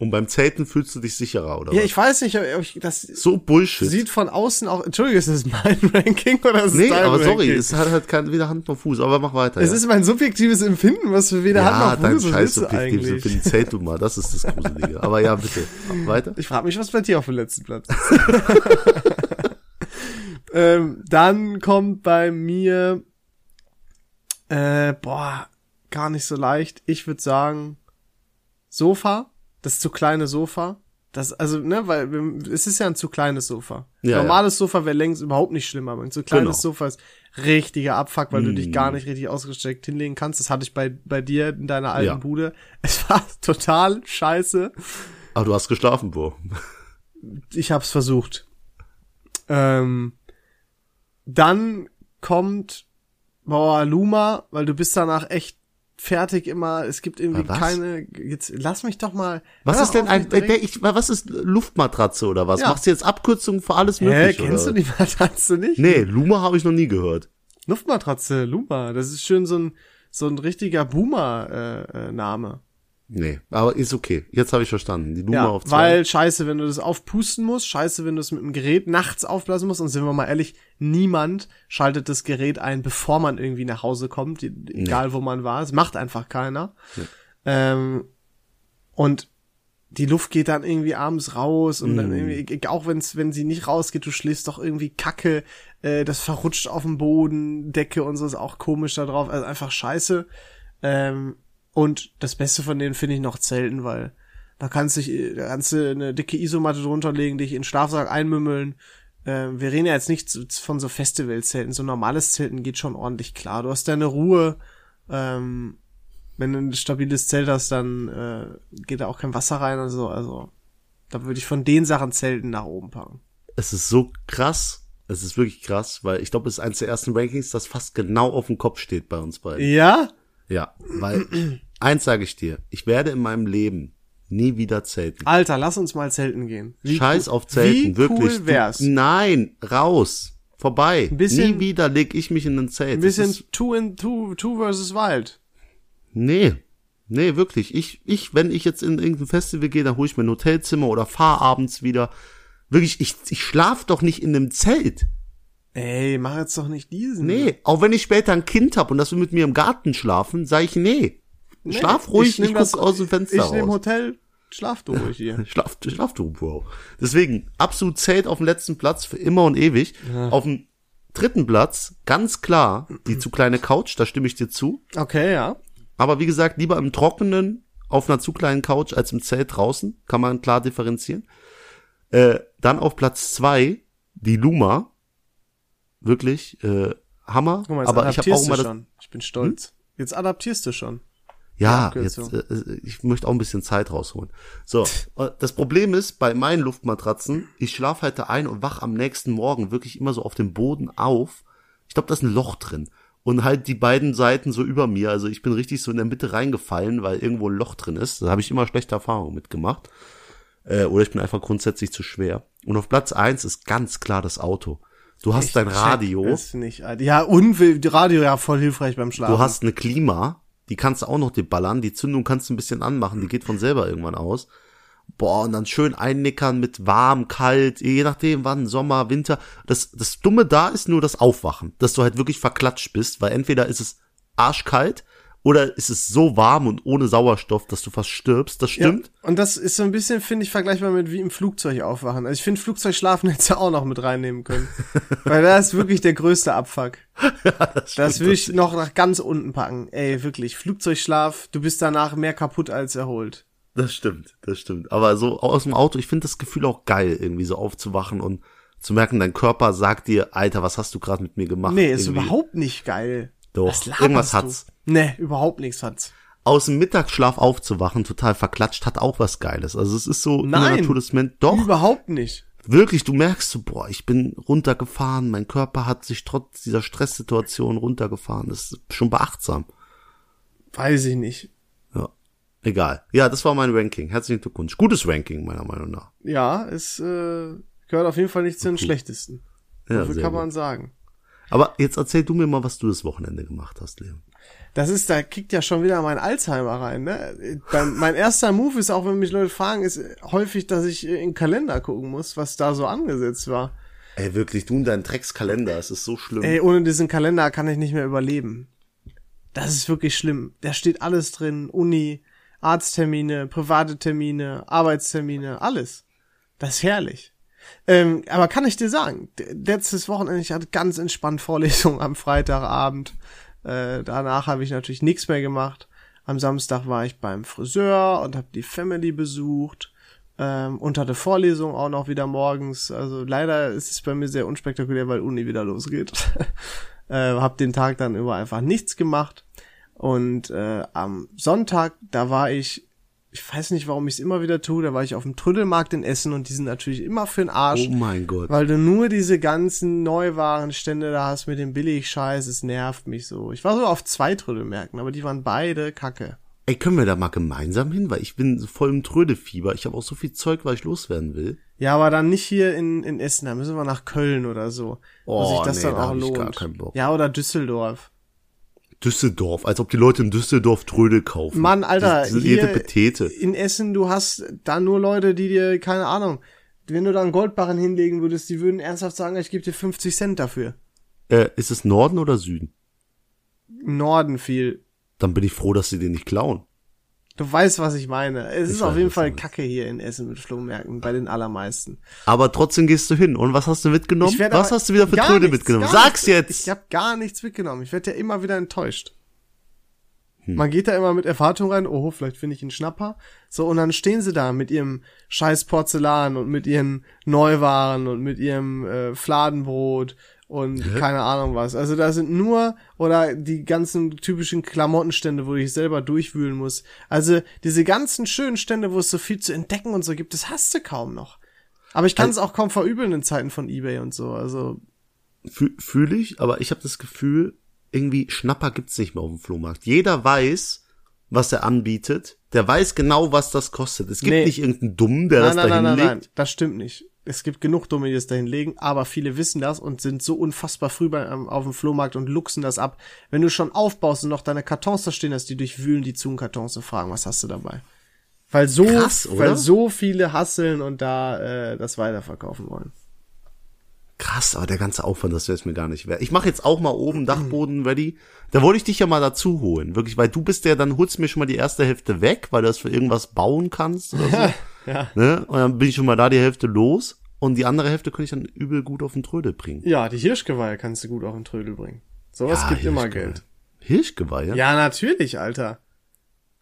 Speaker 2: Und beim Zelten fühlst du dich sicherer, oder?
Speaker 1: Ja,
Speaker 2: was?
Speaker 1: ich weiß nicht, ob ich, das
Speaker 2: so Bullshit.
Speaker 1: sieht von außen auch. Entschuldigung, ist das mein Ranking oder ist es
Speaker 2: Nee,
Speaker 1: dein
Speaker 2: aber sorry,
Speaker 1: Ranking?
Speaker 2: es hat halt kein, weder Hand noch Fuß, aber mach weiter.
Speaker 1: es
Speaker 2: ja.
Speaker 1: ist mein subjektives Empfinden, was für weder
Speaker 2: ja,
Speaker 1: Hand noch
Speaker 2: dein
Speaker 1: Fuß
Speaker 2: scheiß
Speaker 1: ist
Speaker 2: subjektives
Speaker 1: eigentlich.
Speaker 2: Empfinden zählt du mal, das ist das Gruselige. Aber ja, bitte, mach weiter.
Speaker 1: Ich frage mich, was bei dir auf dem letzten Platz ist. ähm, dann kommt bei mir, äh, boah, gar nicht so leicht. Ich würde sagen, Sofa, das zu kleine Sofa. Das, also, ne, weil wir- es ist ja ein zu kleines Sofa.
Speaker 2: Ja,
Speaker 1: Normales Sofa wäre längst überhaupt nicht schlimm, aber ein zu kleines
Speaker 2: Genau. Mm.
Speaker 1: Sofa ist richtiger Abfuck, weil du dich gar nicht richtig ausgestreckt hinlegen kannst. Das hatte ich bei, bei dir in deiner alten
Speaker 2: Ja.
Speaker 1: Bude. Es war total scheiße
Speaker 2: Aber du hast geschlafen, Bo.
Speaker 1: ich hab's versucht. Ähm, dann kommt Boah, Luma, weil du bist danach echt fertig immer. Es gibt irgendwie
Speaker 2: Was?
Speaker 1: keine. Jetzt lass mich doch mal.
Speaker 2: Was
Speaker 1: Hör
Speaker 2: ist denn
Speaker 1: auf,
Speaker 2: ein,
Speaker 1: mich direkt-
Speaker 2: der, ich, was ist Luftmatratze oder was?
Speaker 1: Ja.
Speaker 2: Machst du jetzt Abkürzungen für alles
Speaker 1: Hä,
Speaker 2: mögliche?
Speaker 1: kennst du
Speaker 2: oder?
Speaker 1: die Matratze nicht?
Speaker 2: Nee, Luma habe ich noch nie gehört.
Speaker 1: Luftmatratze, Luma. Das ist schön so ein so ein richtiger Boomer-Name. Äh, Name.
Speaker 2: Nee, aber ist okay. Jetzt habe ich verstanden. Die Luma
Speaker 1: ja,
Speaker 2: auf zwei.
Speaker 1: weil scheiße, wenn du das aufpusten musst, scheiße, wenn du es mit dem Gerät nachts aufblasen musst und sind wir mal ehrlich, niemand schaltet das Gerät ein, bevor man irgendwie nach Hause kommt, e- egal wo man war, es macht einfach keiner. Ähm, und die Luft geht dann irgendwie abends raus und dann
Speaker 2: Mhm.
Speaker 1: irgendwie, e-, auch wenn's, wenn sie nicht rausgeht, du schläfst doch irgendwie Kacke, äh, das verrutscht auf dem Boden, Decke und so ist auch komisch da drauf, also einfach scheiße. Ähm, und das Beste von denen finde ich noch Zelten, weil da kannst du, dich- äh, da kannst du eine dicke Isomatte drunter legen, dich in den Schlafsack einmümmeln. Ähm, wir reden ja jetzt nicht zu- von so Festivalzelten, so normales Zelten geht schon ordentlich klar. Du hast deine Ruhe. Ähm, wenn du ein stabiles Zelt hast, dann äh, geht da auch kein Wasser rein und so. Also da würde ich von den Sachen Zelten nach oben packen.
Speaker 2: es ist so krass. Es ist wirklich krass, weil ich glaube, es ist eines der ersten Rankings, das fast genau auf dem Kopf steht bei uns beiden.
Speaker 1: Ja?
Speaker 2: Ja, weil eins sage ich dir, ich werde in meinem Leben nie wieder zelten.
Speaker 1: Alter, lass uns mal Zelten gehen. Ah, Wie
Speaker 2: Scheiß
Speaker 1: cool-
Speaker 2: auf Zelten,
Speaker 1: wie
Speaker 2: wirklich.
Speaker 1: cool
Speaker 2: Du-
Speaker 1: wär's.
Speaker 2: Nein, raus. Vorbei.
Speaker 1: bisschen-
Speaker 2: Nie wieder leg ich mich in ein Zelt.
Speaker 1: Ein
Speaker 2: Das
Speaker 1: bisschen
Speaker 2: Ist,
Speaker 1: Two, in, two, two versus Wild.
Speaker 2: nee. Nee, wirklich. Ich, ich, wenn ich jetzt in irgendein Festival gehe, dann hole ich mir ein Hotelzimmer oder fahr abends wieder. Wirklich, ich, ich schlaf doch nicht in einem Zelt.
Speaker 1: Ey, mach jetzt doch nicht diesen.
Speaker 2: Nee. Auch wenn ich später ein Kind hab und das will mit mir im Garten schlafen, sage ich nee. Schlaf ruhig, ich,
Speaker 1: nehm
Speaker 2: guck
Speaker 1: das-
Speaker 2: aus dem Fenster
Speaker 1: Ich
Speaker 2: raus.
Speaker 1: nehme Hotel, schlaf du ruhig hier.
Speaker 2: Schlaf, schlaf du, Bro. Deswegen, absolut zählt auf dem letzten Platz für immer und ewig. Auf dem dritten Platz, ganz klar, die zu kleine Couch, da stimme ich dir zu.
Speaker 1: Okay, ja.
Speaker 2: Aber wie gesagt, lieber im Trockenen auf einer zu kleinen Couch als im Zelt draußen. Kann man klar differenzieren. Äh, dann auf Platz zwei die Luma. Wirklich, äh, Hammer.
Speaker 1: Guck mal, jetzt
Speaker 2: Aber ich habe
Speaker 1: adaptierst
Speaker 2: auch immer
Speaker 1: du
Speaker 2: das,
Speaker 1: schon. Ich bin stolz. Jetzt Hm? adaptierst du schon.
Speaker 2: Ja, jetzt,
Speaker 1: Abkürzung.
Speaker 2: äh, ich möchte auch ein bisschen Zeit rausholen. So, äh, das Problem ist, bei meinen Luftmatratzen, ich schlafe halt da ein und wach am nächsten Morgen wirklich immer so auf dem Boden auf. Ich glaube, da ist ein Loch drin. Und halt die beiden Seiten so über mir. Also ich bin richtig so in der Mitte reingefallen, weil irgendwo ein Loch drin ist. Da habe ich immer schlechte Erfahrungen mitgemacht. Äh, oder ich bin einfach grundsätzlich zu schwer. Und auf Platz eins ist ganz klar das Auto. Du hast dein Radio.
Speaker 1: Ist nicht, Alter. ja, und will- die Radio ja voll hilfreich beim Schlafen.
Speaker 2: Du hast eine Klima, die kannst du auch noch dir ballern. Die Zündung kannst du ein bisschen anmachen, die geht von selber irgendwann aus. Boah, und dann schön einnickern mit warm, kalt, je nachdem wann, Sommer, Winter. Das, das Dumme da ist nur das Aufwachen, dass du halt wirklich verklatscht bist, weil entweder ist es arschkalt oder ist es so warm und ohne Sauerstoff, dass du fast stirbst. Das stimmt.
Speaker 1: Ja, und das ist so ein bisschen, finde ich, vergleichbar mit wie im Flugzeug aufwachen. Also ich finde, Flugzeug schlafen hättest du auch noch mit reinnehmen können. Weil das ist wirklich der größte Abfuck. das will ich noch nach ganz unten packen. Ey, wirklich, Flugzeugschlaf, du bist danach mehr kaputt als erholt.
Speaker 2: Das stimmt, das stimmt. Aber so aus dem Auto, ich finde das Gefühl auch geil, irgendwie so aufzuwachen und zu merken, dein Körper sagt dir, Alter, was hast du gerade mit mir gemacht?
Speaker 1: Nee, ist
Speaker 2: Irgendwie.
Speaker 1: überhaupt nicht geil.
Speaker 2: Doch,
Speaker 1: Was laberst
Speaker 2: irgendwas
Speaker 1: du?
Speaker 2: hat's.
Speaker 1: Nee, überhaupt nichts hat's.
Speaker 2: Aus dem Mittagsschlaf aufzuwachen, total verklatscht, hat auch was Geiles. Also es ist so in der
Speaker 1: Nein.
Speaker 2: Natur des Menschen. Doch,
Speaker 1: Überhaupt nicht.
Speaker 2: wirklich, du merkst so, boah, ich bin runtergefahren, mein Körper hat sich trotz dieser Stresssituation runtergefahren. Das ist schon beachtsam.
Speaker 1: Weiß ich nicht.
Speaker 2: Ja. Egal. Ja, das war mein Ranking. Herzlichen Glückwunsch. Gutes Ranking, meiner Meinung nach.
Speaker 1: Ja, es äh, gehört auf jeden Fall nicht zu den schlechtesten.
Speaker 2: Ja,
Speaker 1: Dafür
Speaker 2: sehr
Speaker 1: kann
Speaker 2: gut.
Speaker 1: man sagen.
Speaker 2: Aber jetzt erzähl du mir mal, was du das Wochenende gemacht hast, Leon.
Speaker 1: Das ist, da kickt ja schon wieder mein Alzheimer rein, ne? Beim, mein erster Move ist, auch wenn mich Leute fragen, ist häufig, dass ich in den Kalender gucken muss, was da so angesetzt war.
Speaker 2: Ey, wirklich, du und dein Dreckskalender, es ist so schlimm.
Speaker 1: Ey, ohne diesen Kalender kann ich nicht mehr überleben. Das ist wirklich schlimm. Da steht alles drin. Uni, Arzttermine, private Termine, Arbeitstermine, alles. Das ist herrlich. Ähm, aber kann ich dir sagen, d- letztes Wochenende, ich hatte ganz entspannt Vorlesung am Freitagabend. Äh, danach habe ich natürlich nichts mehr gemacht. Am Samstag war ich beim Friseur und habe die Family besucht ähm, und hatte Vorlesung auch noch wieder morgens. Also leider ist es bei mir sehr unspektakulär, weil Uni wieder losgeht. äh, hab den Tag dann über einfach nichts gemacht. Und äh, am Sonntag, da war ich, ich weiß nicht, warum ich es immer wieder tue, da war ich auf dem Trödelmarkt in Essen und die sind natürlich immer für den Arsch.
Speaker 2: oh mein Gott.
Speaker 1: Weil du nur diese ganzen Neuwarenstände da hast mit dem Billigscheiß, es nervt mich so. Ich war sogar auf zwei Trödelmärkten, aber die waren beide kacke.
Speaker 2: Ey, können wir da mal gemeinsam hin? Weil ich bin so voll im Trödelfieber. Ich habe auch so viel Zeug, was ich loswerden will.
Speaker 1: Ja, aber dann nicht hier in, in Essen, da müssen wir nach Köln oder so.
Speaker 2: Oh, nee, da hab ich gar keinen Bock.
Speaker 1: Ja, oder Düsseldorf.
Speaker 2: Düsseldorf, als ob die Leute in Düsseldorf Trödel kaufen.
Speaker 1: Mann, Alter,
Speaker 2: Das sind
Speaker 1: hier
Speaker 2: jede Petete.
Speaker 1: in Essen, du hast da nur Leute, die dir, keine Ahnung, wenn du da einen Goldbarren hinlegen würdest, die würden ernsthaft sagen, ich gebe dir 50 Cent dafür.
Speaker 2: Äh, ist es Norden oder Süden?
Speaker 1: Im Norden viel.
Speaker 2: Dann bin ich froh, dass sie den nicht klauen.
Speaker 1: Du weißt, was ich meine. Es ist
Speaker 2: weiß,
Speaker 1: auf jeden
Speaker 2: was du
Speaker 1: Fall
Speaker 2: meinst.
Speaker 1: Kacke hier in Essen mit Flohmärkten, bei den allermeisten.
Speaker 2: Aber trotzdem gehst du hin. Und was hast du mitgenommen?
Speaker 1: werd
Speaker 2: Was
Speaker 1: aber-
Speaker 2: hast du wieder für
Speaker 1: gar
Speaker 2: Trödel
Speaker 1: nichts,
Speaker 2: mitgenommen?
Speaker 1: gar nichts.
Speaker 2: Sag's jetzt!
Speaker 1: Ich habe gar nichts mitgenommen. Ich werde ja immer wieder enttäuscht.
Speaker 2: Hm.
Speaker 1: Man geht da immer mit Erwartung rein, oh, vielleicht finde ich einen Schnapper. So, und dann stehen sie da mit ihrem scheiß Porzellan und mit ihren Neuwaren und mit ihrem äh, Fladenbrot und keine Ahnung was. Also da sind nur, oder die ganzen typischen Klamottenstände, wo du dich selber durchwühlen musst. Also diese ganzen schönen Stände, wo es so viel zu entdecken und so gibt, das hast du kaum noch. Aber ich kann es auch kaum verübeln in Zeiten von Ebay und so. Also
Speaker 2: Fühle ich, aber ich habe das Gefühl, irgendwie Schnapper gibt's nicht mehr auf dem Flohmarkt. Jeder weiß, was er anbietet. Der weiß genau, was das kostet. Es gibt
Speaker 1: Nee.
Speaker 2: nicht irgendeinen Dummen, der das da hinlegt.
Speaker 1: das stimmt nicht. Es gibt genug Dumme, die das dahin legen, aber viele wissen das und sind so unfassbar früh bei, am- auf dem Flohmarkt und luchsen das ab. Wenn du schon aufbaust und noch deine Kartons da stehen hast, die durchwühlen die Zugenkartons und fragen, was hast du dabei? Weil so,
Speaker 2: Krass, oder?
Speaker 1: weil so viele hasseln und da äh, das weiterverkaufen wollen.
Speaker 2: Krass, aber der ganze Aufwand, das wäre es mir gar nicht wert. Ich mache jetzt auch mal oben Dachboden ready. Da wollte ich dich ja mal dazu holen, wirklich, weil du bist der, dann holst du mir schon mal die erste Hälfte weg, weil du das für irgendwas bauen kannst oder so. ne? Und dann bin ich schon mal da die Hälfte los und die andere Hälfte könnte ich dann übel gut auf den Trödel bringen.
Speaker 1: Ja, die Hirschgeweihe kannst du gut auf den Trödel bringen. Sowas
Speaker 2: Ah,
Speaker 1: gibt immer
Speaker 2: Hirschgeweih.
Speaker 1: Geld.
Speaker 2: Hirschgeweih, ja?
Speaker 1: Ja, natürlich, Alter.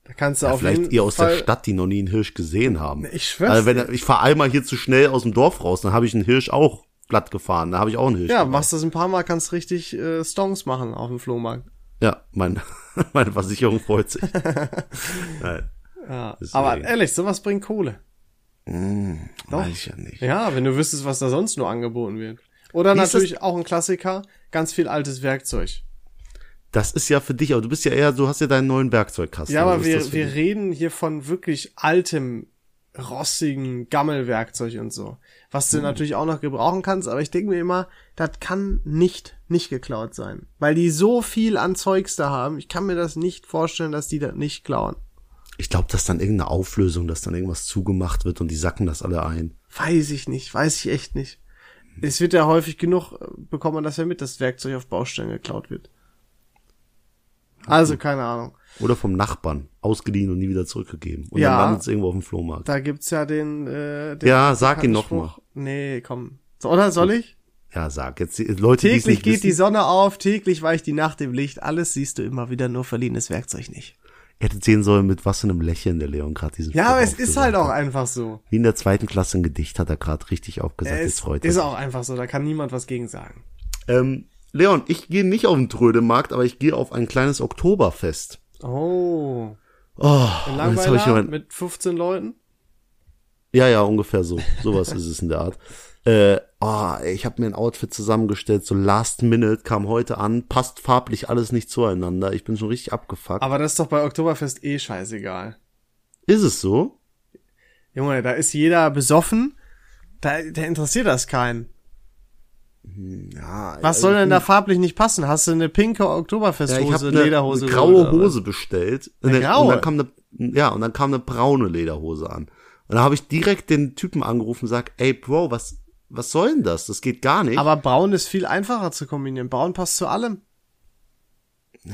Speaker 1: Da kannst du auf
Speaker 2: Vielleicht
Speaker 1: jeden
Speaker 2: ihr aus
Speaker 1: Fall
Speaker 2: der Stadt, die noch nie einen Hirsch gesehen haben.
Speaker 1: Ich schwör's
Speaker 2: Also wenn, ich fahre einmal hier zu schnell aus dem Dorf raus, dann habe ich einen Hirsch auch platt gefahren, da habe ich auch einen Hirsch.
Speaker 1: Ja, machst das ein paar Mal, kannst richtig äh, Stonks machen auf dem Flohmarkt.
Speaker 2: Ja, mein, meine Versicherung freut sich. Nein,
Speaker 1: Ja.
Speaker 2: Deswegen. Hm,
Speaker 1: Aber ehrlich, sowas bringt Kohle. Doch.
Speaker 2: weiß ich ja nicht.
Speaker 1: Ja, wenn du wüsstest, was da sonst nur angeboten wird. Oder
Speaker 2: Wie ist
Speaker 1: natürlich auch ein Klassiker, ganz viel altes Werkzeug.
Speaker 2: Das ist ja für dich, aber du bist ja eher, du hast ja deinen neuen Werkzeugkasten.
Speaker 1: Ja, aber
Speaker 2: Also ist das
Speaker 1: wir,
Speaker 2: für
Speaker 1: wir
Speaker 2: dich-
Speaker 1: reden hier von wirklich altem, rossigen Gammelwerkzeug und so. Was
Speaker 2: Mhm.
Speaker 1: du natürlich auch noch gebrauchen kannst, aber ich denke mir immer, das kann nicht, nicht geklaut sein. Weil die so viel an Zeugs da haben, ich kann mir das nicht vorstellen, dass die das nicht klauen.
Speaker 2: Ich glaube, dass dann irgendeine Auflösung, dass dann irgendwas zugemacht wird und die sacken das alle ein.
Speaker 1: Weiß ich nicht, weiß ich echt nicht. Es wird ja häufig genug, äh, bekommt man das ja mit, dass Werkzeug auf Baustellen geklaut wird. Also, keine Ahnung.
Speaker 2: Oder vom Nachbarn, ausgeliehen und nie wieder zurückgegeben. Und
Speaker 1: Ja.
Speaker 2: dann landet es irgendwo auf dem Flohmarkt.
Speaker 1: Da gibt's ja den, äh, den
Speaker 2: Ja, sag ihn noch
Speaker 1: Spruch.
Speaker 2: mal.
Speaker 1: Nee, komm. So, oder soll ich?
Speaker 2: Ja, sag jetzt, die Leute, die's
Speaker 1: Täglich
Speaker 2: nicht
Speaker 1: geht die
Speaker 2: wissen,
Speaker 1: Sonne auf, täglich weicht die Nacht im Licht. Alles siehst du immer wieder, nur verliehenes Werkzeug nicht.
Speaker 2: hätte sehen sollen, mit was für einem Lächeln der Leon gerade diesen
Speaker 1: Ja,
Speaker 2: Spruch
Speaker 1: aber es ist
Speaker 2: aufgesagt
Speaker 1: halt auch
Speaker 2: hat.
Speaker 1: einfach so.
Speaker 2: Wie in der zweiten Klasse ein Gedicht hat er gerade richtig aufgesagt, jetzt
Speaker 1: Es
Speaker 2: freut er
Speaker 1: ist
Speaker 2: sich.
Speaker 1: auch einfach so, da kann niemand was gegen sagen.
Speaker 2: Ähm, Leon, ich gehe nicht auf den Trödemarkt, aber ich gehe auf ein kleines Oktoberfest.
Speaker 1: Oh. In
Speaker 2: Oh, und jetzt hab ich
Speaker 1: Langweiler
Speaker 2: mein,
Speaker 1: mit 15 Leuten?
Speaker 2: Ja, ja, ungefähr so. Sowas ist es in der Art. Äh, ah, ey, ich habe mir ein Outfit zusammengestellt, so last minute, kam heute an, passt farblich alles nicht zueinander. Ich bin schon richtig abgefuckt.
Speaker 1: Aber das ist doch bei Oktoberfest eh scheißegal.
Speaker 2: ist es so?
Speaker 1: Junge, da ist jeder besoffen. Da, da interessiert das keinen.
Speaker 2: Hm, Ja, also
Speaker 1: Was soll denn da farblich nicht passen? Hast du eine pinke
Speaker 2: ja, ich
Speaker 1: Oktoberfesthose,
Speaker 2: habe eine,
Speaker 1: Lederhose?
Speaker 2: eine
Speaker 1: oder
Speaker 2: graue
Speaker 1: was?
Speaker 2: Hose bestellt. Und
Speaker 1: Eine
Speaker 2: dann,
Speaker 1: graue?
Speaker 2: Und dann kam eine, ja, und dann kam eine braune Lederhose an. Und dann habe ich direkt den Typen angerufen und sag, ey, Bro, was, was soll denn das? Das geht gar nicht.
Speaker 1: Aber braun ist viel einfacher zu kombinieren. Braun passt zu allem.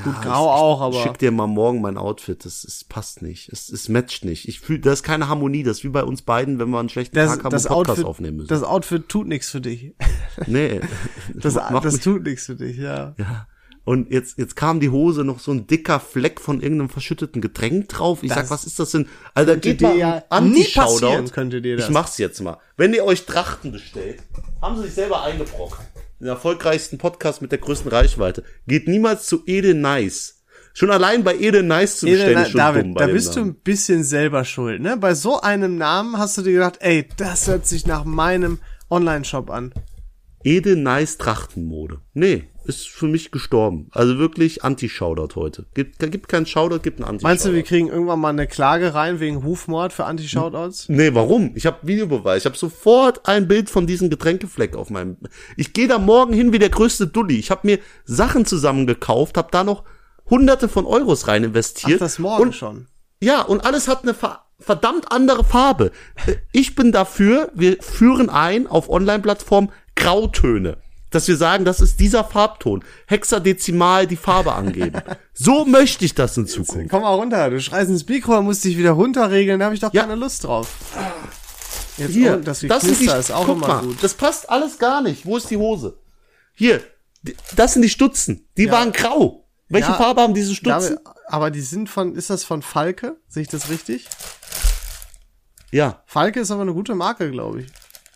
Speaker 1: Gut,
Speaker 2: Ah,
Speaker 1: grau
Speaker 2: ich-
Speaker 1: auch,
Speaker 2: ich
Speaker 1: aber.
Speaker 2: Schick dir mal morgen mein Outfit. Das, es passt nicht. Es, es matcht nicht. Ich fühle, da ist keine Harmonie. Das ist wie bei uns beiden, wenn wir einen schlechten
Speaker 1: das,
Speaker 2: Tag haben
Speaker 1: das
Speaker 2: und Podcast
Speaker 1: Outfit,
Speaker 2: aufnehmen müssen.
Speaker 1: Das Outfit tut nichts für dich.
Speaker 2: nee.
Speaker 1: Das,
Speaker 2: macht
Speaker 1: das
Speaker 2: mich-
Speaker 1: tut nichts für dich, ja.
Speaker 2: ja. Und jetzt, jetzt kam die Hose noch so ein dicker Fleck von irgendeinem verschütteten Getränk drauf. Ich
Speaker 1: Das
Speaker 2: sag, was ist das denn? Alter, geht mal
Speaker 1: dir ja
Speaker 2: an
Speaker 1: nie
Speaker 2: die Shoutout.
Speaker 1: passieren, könnte dir das.
Speaker 2: Ich mach's jetzt mal. Wenn ihr euch Trachten bestellt, haben sie sich selber eingebrockt. Den erfolgreichsten Podcast mit der größten Reichweite. Geht niemals zu Ede Nice. Schon allein bei Ede Nice zu bestellen ist
Speaker 1: Ede,
Speaker 2: schon dumm
Speaker 1: David,
Speaker 2: bei
Speaker 1: da
Speaker 2: dem
Speaker 1: bist du
Speaker 2: Namen.
Speaker 1: ein bisschen selber schuld, ne? Bei so einem Namen hast du dir gedacht, ey, das hört sich nach meinem Online-Shop an.
Speaker 2: Ede Nice Trachtenmode. Nee, ist für mich gestorben. Also wirklich Anti-Shoutout heute. Gibt, gibt keinen Shoutout, gibt einen Anti-Shoutout.
Speaker 1: Meinst du, wir kriegen irgendwann mal eine Klage rein wegen Hufmord für Anti-Shoutouts?
Speaker 2: Nee, warum? Ich habe Videobeweis. Ich habe sofort ein Bild von diesem Getränkefleck auf meinem. Ich gehe da morgen hin wie der größte Dulli. Ich habe mir Sachen zusammengekauft, habe da noch hunderte von Euros rein investiert.
Speaker 1: Ach, das morgen
Speaker 2: und,
Speaker 1: schon.
Speaker 2: Ja, und alles hat eine ver verdammt andere Farbe. Äh, Ich bin dafür, wir führen ein auf Online-Plattformen Grautöne. Dass wir sagen, das ist dieser Farbton. Hexadezimal die Farbe angeben. So möchte ich das in Zukunft.
Speaker 1: Komm mal runter, du schreist ins Mikro, dann musst dich wieder runterregeln, da habe ich doch
Speaker 2: Ja.
Speaker 1: keine Lust drauf. Jetzt
Speaker 2: Hier,
Speaker 1: und das
Speaker 2: das sind die,
Speaker 1: Geknister ist auch
Speaker 2: guck
Speaker 1: immer
Speaker 2: mal,
Speaker 1: gut.
Speaker 2: das passt alles gar nicht. Wo ist die Hose? Hier, die- das sind die Stutzen. Die waren grau. Welche
Speaker 1: Ja.
Speaker 2: Farbe haben diese Stutzen?
Speaker 1: David, aber die sind von, ist das von Falke? Sehe ich das richtig?
Speaker 2: ja,
Speaker 1: Falke ist aber eine gute Marke, glaube ich.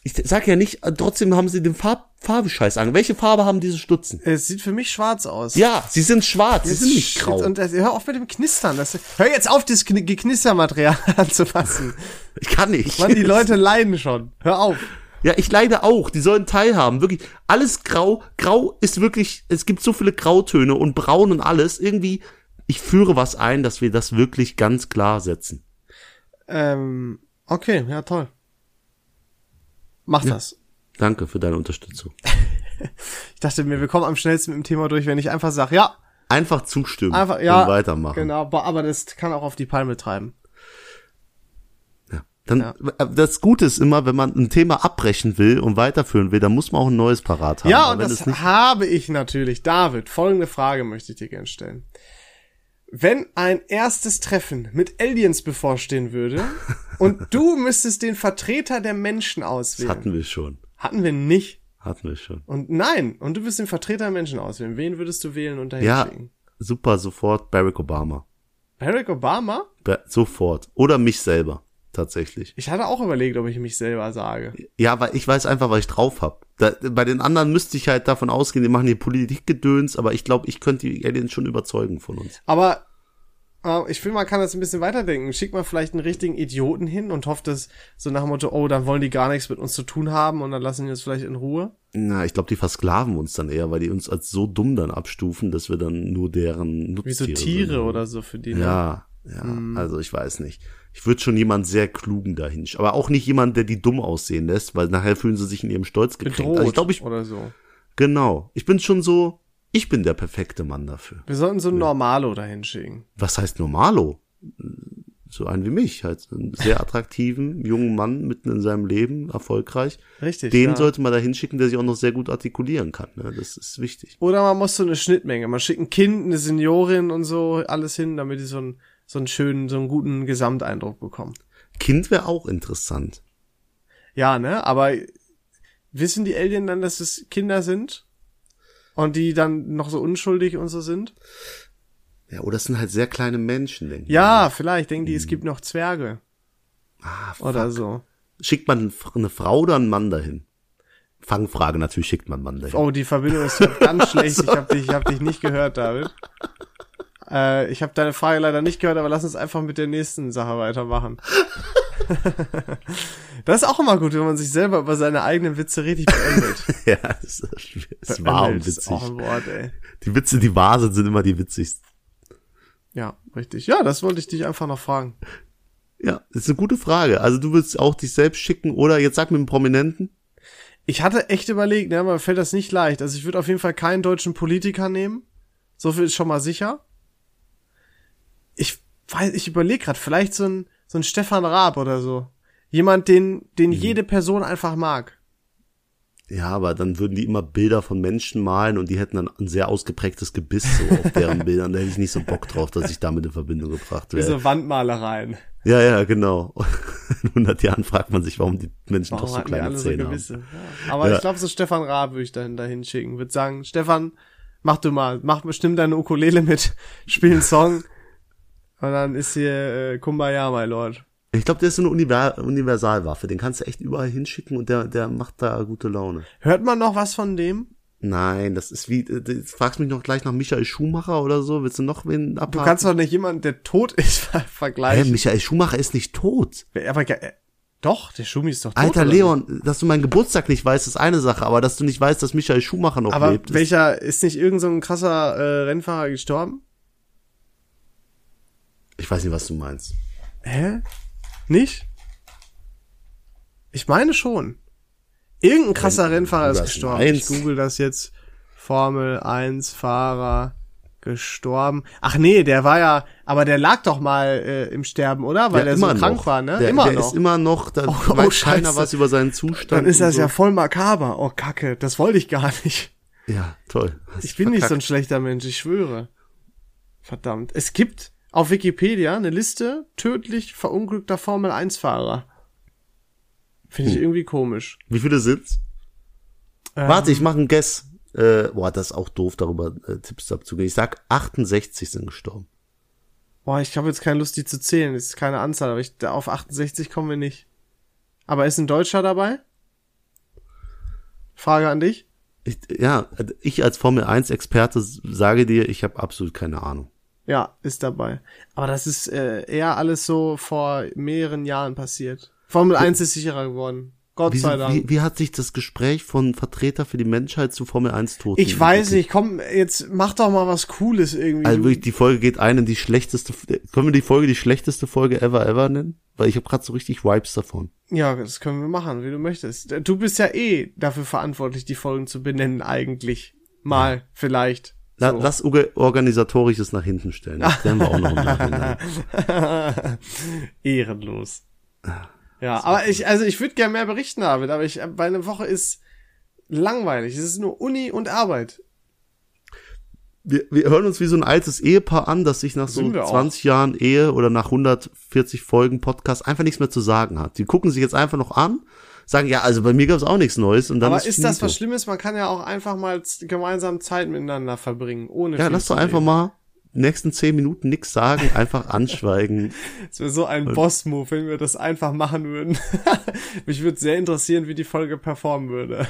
Speaker 2: ich sag ja nicht, äh, trotzdem haben sie den Farb Farbescheiß an. Welche Farbe haben diese Stutzen?
Speaker 1: Es sieht für mich schwarz aus.
Speaker 2: Ja, sie sind schwarz, sie
Speaker 1: Das
Speaker 2: sind
Speaker 1: ist
Speaker 2: nicht
Speaker 1: shit.
Speaker 2: grau.
Speaker 1: Und das, hör auf mit dem Knistern. Das, hör jetzt auf, das Kn- Geknistermaterial anzufassen.
Speaker 2: ich kann nicht.
Speaker 1: Mann, die Leute leiden schon. Hör auf.
Speaker 2: Ja, ich leide auch. Die sollen teilhaben. Wirklich, alles grau. Grau ist wirklich, es gibt so viele Grautöne und braun und alles. Irgendwie, ich führe was ein, dass wir das wirklich ganz klar setzen.
Speaker 1: Ähm, okay, ja toll. Mach das.
Speaker 2: Danke für deine Unterstützung.
Speaker 1: Ich dachte mir, wir kommen am schnellsten mit dem Thema durch, wenn ich einfach sage, ja,
Speaker 2: Einfach zustimmen
Speaker 1: einfach, ja.
Speaker 2: und weitermachen.
Speaker 1: Genau, bo- aber das kann auch auf die Palme treiben.
Speaker 2: Dann,
Speaker 1: Ja.
Speaker 2: äh, Das Gute ist immer, wenn man ein Thema abbrechen will und weiterführen will, dann muss man auch ein neues parat haben.
Speaker 1: Ja,
Speaker 2: Aber
Speaker 1: und
Speaker 2: wenn
Speaker 1: das
Speaker 2: es nicht,
Speaker 1: habe ich natürlich. David, folgende Frage möchte ich dir gerne stellen. Wenn ein erstes Treffen mit Aliens bevorstehen würde und du müsstest den Vertreter der Menschen
Speaker 2: das
Speaker 1: auswählen, hatten,
Speaker 2: hatten wir schon.
Speaker 1: wir nicht.
Speaker 2: Hatten wir schon.
Speaker 1: Und nein, und du wirst den Vertreter der Menschen auswählen. Wen würdest du wählen und dahin
Speaker 2: Ja,
Speaker 1: schicken?
Speaker 2: super, sofort Barack Obama.
Speaker 1: Barack Obama?
Speaker 2: Ba sofort. Oder mich selber. tatsächlich.
Speaker 1: Ich hatte auch überlegt, ob ich mich selber sage.
Speaker 2: Ja, weil ich weiß einfach, was ich drauf hab. Da, bei den anderen müsste ich halt davon ausgehen, die machen hier Politikgedöns, aber ich glaube, ich könnte die Aliens schon überzeugen von uns.
Speaker 1: Aber äh, ich finde, man kann das ein bisschen weiterdenken. Schickt mal vielleicht einen richtigen Idioten hin und hofft, dass so nach dem Motto, oh, dann wollen die gar nichts mit uns zu tun haben und dann lassen die uns vielleicht in Ruhe.
Speaker 2: Na, ich glaube, die versklaven uns dann eher, weil die uns als so dumm dann abstufen, dass wir dann nur deren
Speaker 1: Wie so
Speaker 2: Nutztiere
Speaker 1: Tiere
Speaker 2: sind.
Speaker 1: oder so für die. ne?
Speaker 2: Ja, ja,
Speaker 1: Mhm.
Speaker 2: also ich weiß nicht. Ich würde schon jemand sehr klugen dahin, sch- aber auch nicht jemand, der die dumm aussehen lässt, weil nachher fühlen sie sich in ihrem Stolz gekränkt.
Speaker 1: Bedroht
Speaker 2: Also ich glaube, ich
Speaker 1: oder so.
Speaker 2: genau. Ich bin schon so, ich bin der perfekte Mann dafür.
Speaker 1: Wir sollten so einen Normalo dahin schicken.
Speaker 2: Was heißt normalo? So einen wie mich, halt einen sehr attraktiven jungen Mann mitten in seinem Leben, erfolgreich.
Speaker 1: Richtig,
Speaker 2: Den
Speaker 1: ja.
Speaker 2: sollte man dahin schicken, der sich auch noch sehr gut artikulieren kann. Ne? Das ist wichtig.
Speaker 1: Oder man muss so eine Schnittmenge. Man schickt ein Kind, eine Seniorin und so alles hin, damit die so einen, so einen schönen, so einen guten Gesamteindruck bekommen.
Speaker 2: Kind wäre auch interessant.
Speaker 1: Ja, ne? Aber wissen die Alien dann, dass es Kinder sind? Und die dann noch so unschuldig und so sind?
Speaker 2: Ja, oder es sind halt sehr kleine Menschen, denke ich.
Speaker 1: Ja, vielleicht denken die, es gibt noch Zwerge
Speaker 2: Ah, fuck.
Speaker 1: oder so.
Speaker 2: Schickt man eine Frau oder einen Mann dahin? Fangfrage natürlich schickt man einen Mann dahin.
Speaker 1: Oh, die Verbindung ist grad ganz schlecht. Ich habe dich, ich hab dich nicht gehört, David. Äh, ich habe deine Frage leider nicht gehört, aber lass uns einfach mit der nächsten Sache weitermachen. das ist auch immer gut, wenn man sich selber über seine eigenen Witze richtig beändelt.
Speaker 2: Ja, es, es war
Speaker 1: Beändelt ist
Speaker 2: unwitzig.
Speaker 1: Auch ein Wort, ey.
Speaker 2: Die Witze, die wahr sind, sind immer die witzigsten.
Speaker 1: Ja, richtig. Ja, das wollte ich dich einfach noch fragen.
Speaker 2: Ja, das ist eine gute Frage. Also du würdest auch dich selbst schicken oder jetzt sag mir einen Prominenten.
Speaker 1: Ich hatte echt überlegt, ne, mir fällt das nicht leicht. Also ich würde auf jeden Fall keinen deutschen Politiker nehmen. So viel ist schon mal sicher. Ich weiß, ich überlege gerade, vielleicht so ein, so ein Stefan Raab oder so. Jemand, den, den
Speaker 2: Mhm.
Speaker 1: jede Person einfach mag.
Speaker 2: Ja, aber dann würden die immer Bilder von Menschen malen und die hätten dann ein sehr ausgeprägtes Gebiss so auf deren Bildern. Da hätte ich nicht so Bock drauf, dass ich damit in Verbindung gebracht werde.
Speaker 1: Diese Wandmalereien.
Speaker 2: Ja, ja, genau. In 100 Jahren fragt man sich, warum die Menschen
Speaker 1: Warum
Speaker 2: doch so
Speaker 1: hatten die
Speaker 2: kleine
Speaker 1: alle so
Speaker 2: Zähne haben.
Speaker 1: gewisse? Ja. Aber
Speaker 2: Ja.
Speaker 1: ich glaube, so Stefan Raab würde ich dann dahin schicken. Würde sagen, Stefan, mach du mal, mach bestimmt deine Ukulele mit, spiel einen Song. Und dann ist hier äh, Kumbaya, my lord.
Speaker 2: Ich glaube, der ist so eine Univer Universalwaffe. Den kannst du echt überall hinschicken und der, der macht da gute Laune.
Speaker 1: Hört man noch was von dem?
Speaker 2: Nein, das ist wie, äh, du fragst mich noch gleich nach Michael Schumacher oder so. Willst du noch wen abhaken?
Speaker 1: Du kannst doch nicht jemanden, der tot ist, ver
Speaker 2: Hä,
Speaker 1: vergleichen.
Speaker 2: Michael Schumacher ist nicht tot.
Speaker 1: Aber ge- äh, doch, der Schumi ist doch tot.
Speaker 2: Alter
Speaker 1: oder
Speaker 2: Leon, dass du meinen Geburtstag nicht weißt, ist eine Sache, aber dass du nicht weißt, dass Michael Schumacher noch
Speaker 1: nicht? Aber
Speaker 2: lebt, ist,
Speaker 1: welcher ist nicht irgend so ein krasser äh, Rennfahrer gestorben?
Speaker 2: ich weiß nicht, was du meinst.
Speaker 1: Hä? Nicht? Ich meine schon. Irgendein krasser Rennfahrer ist
Speaker 2: das
Speaker 1: gestorben.
Speaker 2: meinst.
Speaker 1: Ich google das jetzt. Formel 1 Fahrer gestorben. Ach nee, der war ja, aber der lag doch mal äh, im Sterben, oder? Weil
Speaker 2: Ja,
Speaker 1: der so krank war, ne?
Speaker 2: Der,
Speaker 1: immer
Speaker 2: der
Speaker 1: noch.
Speaker 2: ist immer noch, da
Speaker 1: Oh, oh,
Speaker 2: weiß
Speaker 1: scheiße.
Speaker 2: keiner was über seinen Zustand.
Speaker 1: Dann ist
Speaker 2: und
Speaker 1: das
Speaker 2: so.
Speaker 1: ja voll makaber. Oh, Kacke, das wollte ich gar nicht.
Speaker 2: Ja, toll. Hast
Speaker 1: Ich bin nicht so ein
Speaker 2: verkackt.
Speaker 1: schlechter Mensch, ich schwöre. Verdammt. Es gibt auf Wikipedia eine Liste tödlich verunglückter Formel 1-Fahrer. Finde
Speaker 2: Hm.
Speaker 1: ich irgendwie komisch.
Speaker 2: Wie viele sind's?
Speaker 1: Ähm.
Speaker 2: Warte, ich mache einen Guess. Äh, boah, das ist auch doof, darüber äh, Tipps abzugeben. Ich sag 68 sind gestorben.
Speaker 1: Boah, ich habe jetzt keine Lust, die zu zählen. Das ist keine Anzahl, aber ich, da auf 68 kommen wir nicht. Aber ist ein Deutscher dabei? Frage an dich.
Speaker 2: Ich, ja, ich als Formel 1 Experte s- sage dir, ich habe absolut keine Ahnung.
Speaker 1: Ja, ist dabei. Aber das ist äh, eher alles so vor mehreren Jahren passiert. Formel 1 ist sicherer geworden. Gott
Speaker 2: Wie,
Speaker 1: sei Dank.
Speaker 2: wie, wie hat sich das Gespräch von Vertreter für die Menschheit zu Formel 1 Toten?
Speaker 1: Ich weiß
Speaker 2: entwickelt?
Speaker 1: nicht, komm, jetzt mach doch mal was Cooles irgendwie.
Speaker 2: Mhm, Also
Speaker 1: du.
Speaker 2: wirklich, die Folge geht ein in die schlechteste. äh, Können wir die Folge die schlechteste Folge ever ever nennen? Weil ich habe gerade so richtig Vibes davon.
Speaker 1: ja, das können wir machen, wie du möchtest. Du bist ja eh dafür verantwortlich, die Folgen zu benennen eigentlich. Mal, vielleicht.
Speaker 2: La,
Speaker 1: So.
Speaker 2: Lass Uge- organisatorisches nach hinten stellen. Das klären wir auch noch im Nachhinein.
Speaker 1: Ehrenlos. Ja, aber ich, also ich würde gerne mehr berichten, David, aber ich, bei einer Woche ist langweilig. Es ist nur Uni und Arbeit.
Speaker 2: wir, wir hören uns wie so ein altes Ehepaar an, das sich nach so
Speaker 1: Sind wir auch.
Speaker 2: 20 Jahren Ehe oder nach 140 Folgen Podcast einfach nichts mehr zu sagen hat. Die gucken sich jetzt einfach noch an, sagen, ja, also bei mir gab es auch nichts Neues und dann
Speaker 1: aber
Speaker 2: ist,
Speaker 1: ist das
Speaker 2: finito.
Speaker 1: was Schlimmes? Man kann ja auch einfach mal z- gemeinsam Zeit miteinander verbringen, ohne
Speaker 2: Ja,
Speaker 1: viel
Speaker 2: lass
Speaker 1: zu
Speaker 2: doch einfach
Speaker 1: reden.
Speaker 2: mal nächsten zehn Minuten nichts sagen, einfach anschweigen.
Speaker 1: Das wäre so ein Boss-Move, wenn wir das einfach machen würden. Mich würde sehr interessieren, wie die Folge performen würde.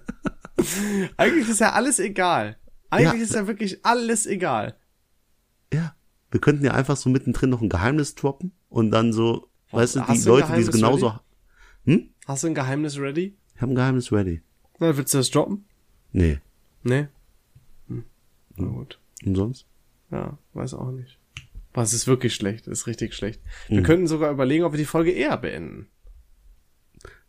Speaker 1: Eigentlich ist ja alles egal. Eigentlich
Speaker 2: Ja.
Speaker 1: ist ja wirklich alles egal.
Speaker 2: Ja, wir könnten ja einfach so mittendrin noch ein Geheimnis droppen und dann so, weißt du, die
Speaker 1: hast du ein
Speaker 2: Leute, die es
Speaker 1: Geheimnis
Speaker 2: genauso.
Speaker 1: ready? Hast du ein Geheimnis ready?
Speaker 2: Ich habe ein Geheimnis ready.
Speaker 1: Na, willst du das droppen?
Speaker 2: Nee,
Speaker 1: Nee. Hm. Na gut.
Speaker 2: und sonst?
Speaker 1: Ja, weiß auch nicht. Was ist wirklich schlecht, ist richtig schlecht. Wir könnten sogar überlegen, ob wir die Folge eher beenden.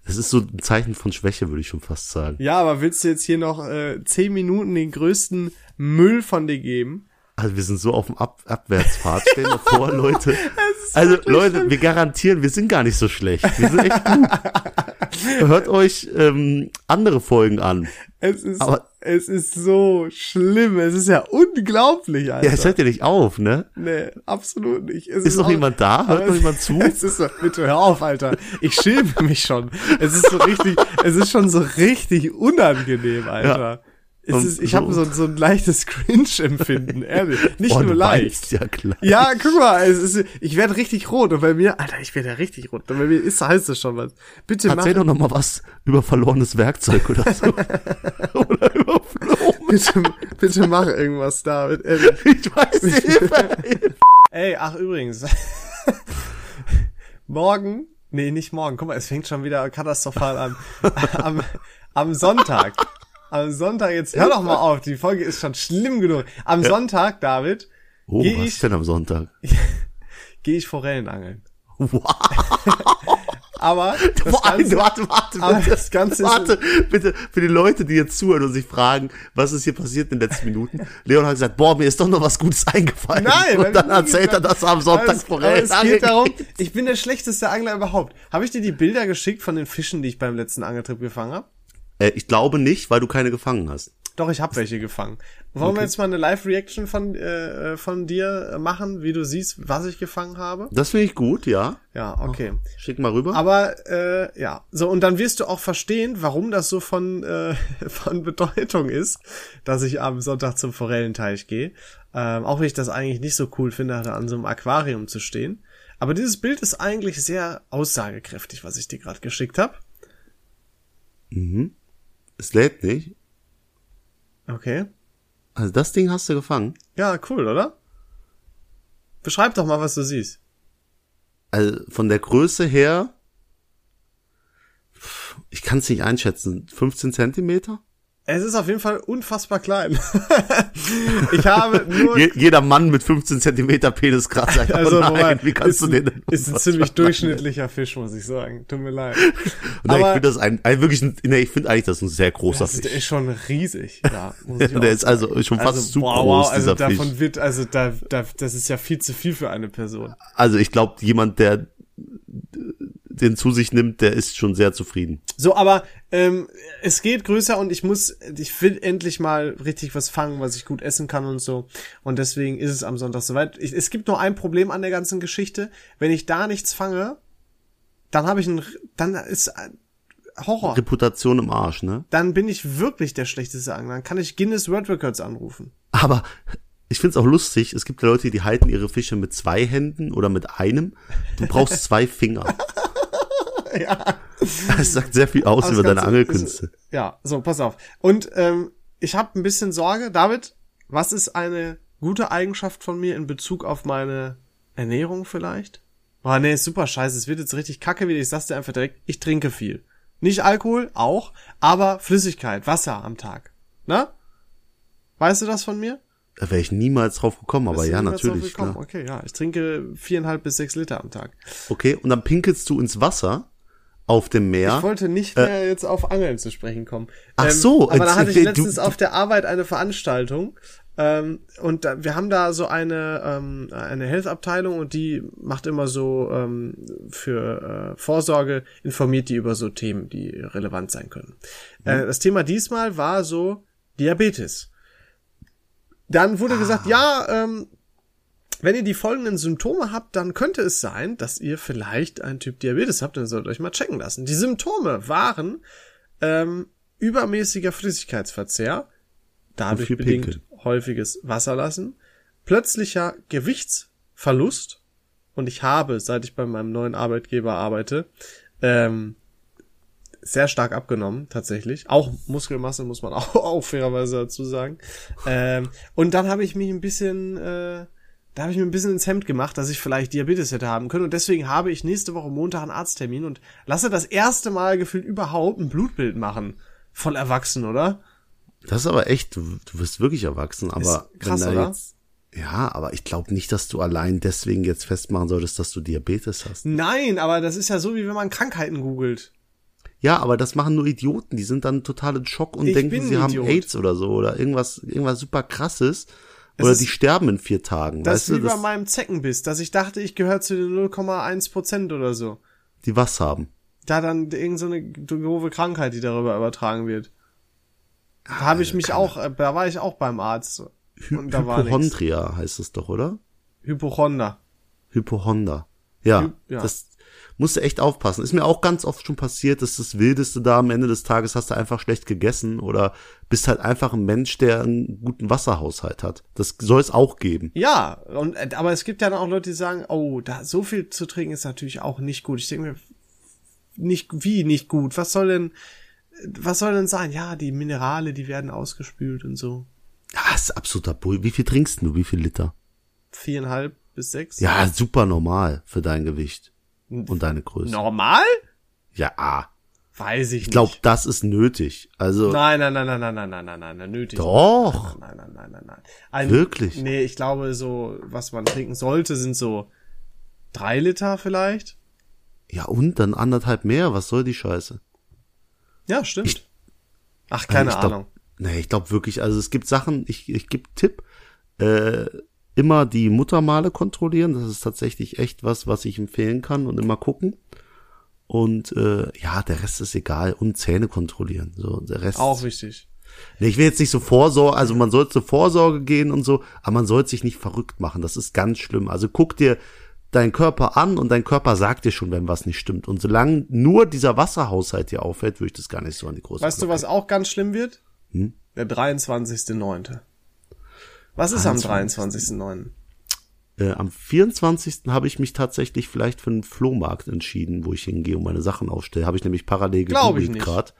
Speaker 2: Das ist so ein Zeichen von Schwäche, würde ich schon fast sagen.
Speaker 1: Ja, aber willst du jetzt hier noch äh, zehn Minuten den größten Müll von dir geben?
Speaker 2: Also wir sind so auf dem Ab Abwärtspfad. Stell dir vor, Leute. Also Leute, wir garantieren, wir sind gar nicht so schlecht. Wir sind echt gut. Hört euch ähm, andere Folgen an.
Speaker 1: Es ist,
Speaker 2: Aber-
Speaker 1: es ist so schlimm. Es ist ja unglaublich, Alter.
Speaker 2: Ja, es hört ja nicht auf, ne?
Speaker 1: nee, absolut nicht. Es
Speaker 2: Ist noch
Speaker 1: auch-
Speaker 2: jemand da?
Speaker 1: Genau. Aber
Speaker 2: Hört noch
Speaker 1: es-
Speaker 2: jemand zu?
Speaker 1: Es ist so, bitte hör auf, Alter. Ich schäme mich schon. Es ist so richtig, es ist schon so richtig unangenehm, Alter. Es
Speaker 2: Und
Speaker 1: ist, ich
Speaker 2: so-
Speaker 1: habe so, so ein leichtes Cringe-Empfinden, ehrlich. Nicht
Speaker 2: Oh, du
Speaker 1: nur leicht.
Speaker 2: weinst, Ja, klar.
Speaker 1: Ja, guck mal, es ist, ich werde richtig rot und bei mir, Alter, ich werde ja richtig rot. Und bei mir ist, heißt es schon was. Bitte mach,
Speaker 2: Erzähl doch noch mal was über verlorenes Werkzeug oder so. oder über Blumen.
Speaker 1: bitte, bitte mach irgendwas damit, ehrlich.
Speaker 2: Ich weiß nicht. Hilfe.
Speaker 1: Ey, ach übrigens. morgen, nee, nicht morgen. Guck mal, es fängt schon wieder katastrophal an. am, am Sonntag. Am Sonntag, jetzt hör doch mal auf, die Folge ist schon schlimm genug. Am Sonntag, David,
Speaker 2: Oh,
Speaker 1: Geh
Speaker 2: was
Speaker 1: ich-
Speaker 2: ist denn am Sonntag?
Speaker 1: gehe ich Forellen angeln.
Speaker 2: Wow.
Speaker 1: Aber das
Speaker 2: Vor allem,
Speaker 1: Ganze,
Speaker 2: warte, warte,
Speaker 1: aber
Speaker 2: bitte.
Speaker 1: das Ganze ist-
Speaker 2: warte, bitte, für die Leute, die jetzt zuhören und sich fragen, was ist hier passiert in den letzten Minuten. Leon hat gesagt, boah, mir ist doch noch was Gutes eingefallen.
Speaker 1: Nein,
Speaker 2: Und
Speaker 1: hab ich
Speaker 2: dann
Speaker 1: nie
Speaker 2: erzählt
Speaker 1: gesagt.
Speaker 2: er, dass er am
Speaker 1: Aber
Speaker 2: Sonntag
Speaker 1: es, aber
Speaker 2: Forellen
Speaker 1: es geht
Speaker 2: angelegt
Speaker 1: darum, ich bin der schlechteste Angler überhaupt. Habe ich dir die Bilder geschickt von den Fischen, die ich beim letzten Angeltrip gefangen habe?
Speaker 2: äh, Ich glaube nicht, weil du keine gefangen hast.
Speaker 1: Doch, ich habe welche gefangen. Wollen wir jetzt mal eine Live-Reaction von, äh, äh, von dir äh, machen, wie du siehst, was ich gefangen habe?
Speaker 2: Das finde ich gut, ja.
Speaker 1: Ja, okay.
Speaker 2: Schick mal rüber.
Speaker 1: Aber äh, ja, so und dann wirst du auch verstehen, warum das so von äh, von Bedeutung ist, dass ich am Sonntag zum Forellenteich gehe. Ähm, auch wenn ich das eigentlich nicht so cool finde, da an so einem Aquarium zu stehen. Aber dieses Bild ist eigentlich sehr aussagekräftig, was ich dir gerade geschickt habe.
Speaker 2: es lädt nicht.
Speaker 1: Okay.
Speaker 2: Also das Ding hast du gefangen.
Speaker 1: Ja, cool, oder? Beschreib doch mal, was du siehst.
Speaker 2: Also von der Größe her, pff, ich kann es nicht einschätzen. 15 Zentimeter?
Speaker 1: Es ist auf jeden Fall unfassbar klein. ich habe nur
Speaker 2: Je, jeder Mann mit 15 Zentimeter Penis gerade sagt,
Speaker 1: Also,
Speaker 2: also, nein,
Speaker 1: wobei,
Speaker 2: wie
Speaker 1: ist,
Speaker 2: kannst du
Speaker 1: ein-
Speaker 2: den denn-
Speaker 1: Ist ein
Speaker 2: was
Speaker 1: ziemlich
Speaker 2: macht man
Speaker 1: durchschnittlicher Fisch, muss ich sagen. Tut mir leid.
Speaker 2: denn? Nein, ich
Speaker 1: aber-
Speaker 2: finde das ein, ein wirklich, ein, nee, ich finde eigentlich, das ist ein sehr großer
Speaker 1: Das ist,
Speaker 2: Fisch.
Speaker 1: Also, der ist schon riesig. Ja, muss ich
Speaker 2: Ja,
Speaker 1: auch
Speaker 2: der ist
Speaker 1: sagen.
Speaker 2: also schon fast zu
Speaker 1: wow,
Speaker 2: groß,
Speaker 1: wow, also
Speaker 2: dieser
Speaker 1: davon
Speaker 2: Fisch.
Speaker 1: wird, also da, da, das ist ja viel zu viel für eine Person.
Speaker 2: Also ich glaube, jemand, der den zu sich nimmt, der ist schon sehr zufrieden.
Speaker 1: So, aber ähm, es geht größer und ich muss, ich will endlich mal richtig was fangen, was ich gut essen kann und so. Und deswegen ist es am Sonntag soweit. Ich, es gibt nur ein Problem an der ganzen Geschichte. Wenn ich da nichts fange, dann habe ich ein, dann ist äh, Horror.
Speaker 2: Reputation im Arsch, ne?
Speaker 1: dann bin ich wirklich der schlechteste Angler. Dann kann ich Guinness World Records anrufen.
Speaker 2: Aber ich find's auch lustig, es gibt ja Leute, die halten ihre Fische mit zwei Händen oder mit einem. Du brauchst zwei Finger. ja. Das sagt sehr viel aus
Speaker 1: Aber
Speaker 2: über
Speaker 1: das
Speaker 2: deine
Speaker 1: Ganze ist-
Speaker 2: Angelkünste.
Speaker 1: Ja, so, pass auf. Und ähm, ich habe ein bisschen Sorge. David, was ist eine gute Eigenschaft von mir in Bezug auf meine Ernährung vielleicht? Boah, nee, ist super scheiße. Es wird jetzt richtig kacke wieder. Ich sag's dir einfach direkt, ich trinke viel. Nicht Alkohol, auch, aber Flüssigkeit, Wasser am Tag. Na? Weißt du das von mir?
Speaker 2: Da wäre ich niemals drauf gekommen, aber
Speaker 1: Bist du
Speaker 2: ja,
Speaker 1: niemals drauf
Speaker 2: natürlich,
Speaker 1: gekommen?
Speaker 2: klar.
Speaker 1: Okay, ja. Ich trinke viereinhalb bis sechs Liter am Tag.
Speaker 2: Okay, und dann pinkelst du ins Wasser auf dem Meer.
Speaker 1: Ich wollte nicht mehr jetzt auf Angeln zu sprechen kommen.
Speaker 2: Äh.
Speaker 1: Ähm,
Speaker 2: Ach so,
Speaker 1: Aber da
Speaker 2: jetzt-
Speaker 1: hatte ich
Speaker 2: du-
Speaker 1: letztens
Speaker 2: du-
Speaker 1: auf der Arbeit eine Veranstaltung. Ähm, und da, wir haben da so eine, ähm, eine Health-Abteilung und die macht immer so ähm, für äh, Vorsorge, informiert die über so Themen, die relevant sein können.
Speaker 2: Mhm.
Speaker 1: Äh, das Thema diesmal war so Diabetes. Dann
Speaker 2: Ah.
Speaker 1: wurde gesagt, ja, ähm, wenn ihr die folgenden Symptome habt, dann könnte es sein, dass ihr vielleicht einen Typ Diabetes habt, dann solltet ihr euch mal checken lassen. Die Symptome waren ähm, übermäßiger Flüssigkeitsverzehr, dadurch
Speaker 2: viel
Speaker 1: bedingt
Speaker 2: Pinkeln.
Speaker 1: häufiges Wasserlassen, plötzlicher Gewichtsverlust und ich habe, seit ich bei meinem neuen Arbeitgeber arbeite, ähm, sehr stark abgenommen, tatsächlich. Auch Muskelmasse muss man auch, auch fairerweise dazu sagen. Ähm, und dann habe ich mich ein bisschen, äh, da habe ich mir ein bisschen ins Hemd gemacht, dass ich vielleicht Diabetes hätte haben können. Und deswegen habe ich nächste Woche Montag einen Arzttermin und lasse das erste Mal gefühlt überhaupt ein Blutbild machen. Voll erwachsen, oder?
Speaker 2: Das ist aber echt, du, du bist wirklich erwachsen, aber
Speaker 1: Ist krass,
Speaker 2: wenn da
Speaker 1: oder?
Speaker 2: jetzt. Ja, aber ich glaube nicht, dass du allein deswegen jetzt festmachen solltest, dass du Diabetes hast.
Speaker 1: Nein, aber das ist ja so, wie wenn man Krankheiten googelt.
Speaker 2: Ja, aber das machen nur Idioten. Die sind dann total in Schock und
Speaker 1: Ich
Speaker 2: denken,
Speaker 1: bin
Speaker 2: sie
Speaker 1: ein
Speaker 2: haben
Speaker 1: Idiot.
Speaker 2: AIDS oder so oder irgendwas, irgendwas super krasses. Oder
Speaker 1: ist-
Speaker 2: die sterben in vier Tagen.
Speaker 1: Das
Speaker 2: weißt
Speaker 1: ist
Speaker 2: du,
Speaker 1: wie bei
Speaker 2: dass
Speaker 1: meinem Zeckenbiss, dass ich dachte, ich gehöre zu den 0,1% oder so.
Speaker 2: die was haben.
Speaker 1: Da dann irgend so eine doofe Krankheit, die darüber übertragen wird. Da habe ich mich auch, äh, da war ich auch beim Arzt.
Speaker 2: Also Hy
Speaker 1: und da war nichts.
Speaker 2: Hypochondria heißt es doch, oder?
Speaker 1: Hypochonder.
Speaker 2: Hypochonder. Ja,
Speaker 1: Hy- ja.
Speaker 2: das musst du echt aufpassen. Ist mir auch ganz oft schon passiert, dass das Wildeste da am Ende des Tages hast du einfach schlecht gegessen oder bist halt einfach ein Mensch, der einen guten Wasserhaushalt hat. Das soll es auch geben.
Speaker 1: Ja, und, äh, aber es gibt ja dann auch Leute, die sagen, oh, da so viel zu trinken ist natürlich auch nicht gut. Ich denke mir, nicht, wie nicht gut? Was soll denn, was soll denn sein? Ja, die Minerale, die werden ausgespült und so.
Speaker 2: Das ist absoluter Bull. Wie viel trinkst du? Wie viel Liter?
Speaker 1: Viereinhalb bis sechs.
Speaker 2: Ja, super normal für dein Gewicht und deine Größe.
Speaker 1: Normal?
Speaker 2: Ja, ah.
Speaker 1: Weiß ich,
Speaker 2: ich glaube, das ist nötig. Also
Speaker 1: nicht. Nein, nein, nein, nein, nein, nein, nein, nein, nein, nein, nötig.
Speaker 2: doch.
Speaker 1: Nein, nein, nein, nein, nein. Ein,
Speaker 2: Wirklich?
Speaker 1: Nee, ich glaube, so, was man trinken sollte, sind so drei Liter vielleicht.
Speaker 2: Ja und dann anderthalb mehr. Was soll die Scheiße?
Speaker 1: Ja, stimmt. Ach, keine
Speaker 2: ich
Speaker 1: Ahnung.
Speaker 2: Glaub, nee, ich glaube wirklich, also es gibt Sachen, ich, ich gebe Tipp, äh, immer die Muttermale kontrollieren. Das ist tatsächlich echt was, was ich empfehlen kann und immer gucken. Und äh, ja, der Rest ist egal. Und Zähne kontrollieren. So, der Rest.
Speaker 1: Auch wichtig.
Speaker 2: Nee, ich will jetzt nicht so Vorsorge, also man soll zur Vorsorge gehen und so, aber man soll sich nicht verrückt machen. Das ist ganz schlimm. Also guck dir deinen Körper an und dein Körper sagt dir schon, wenn was nicht stimmt. Und solange nur dieser Wasserhaushalt dir auffällt, würde ich das gar nicht so an die große
Speaker 1: Weißt du,
Speaker 2: Glocke
Speaker 1: was auch ganz schlimm wird?
Speaker 2: Hm?
Speaker 1: Der 23.9. Was ist am 23.9.?
Speaker 2: Äh, am 24. habe ich mich tatsächlich vielleicht für einen Flohmarkt entschieden, wo ich hingehe und meine Sachen aufstelle. Habe ich nämlich parallel
Speaker 1: Glaub ich
Speaker 2: gegoogelt
Speaker 1: nicht.
Speaker 2: gerade.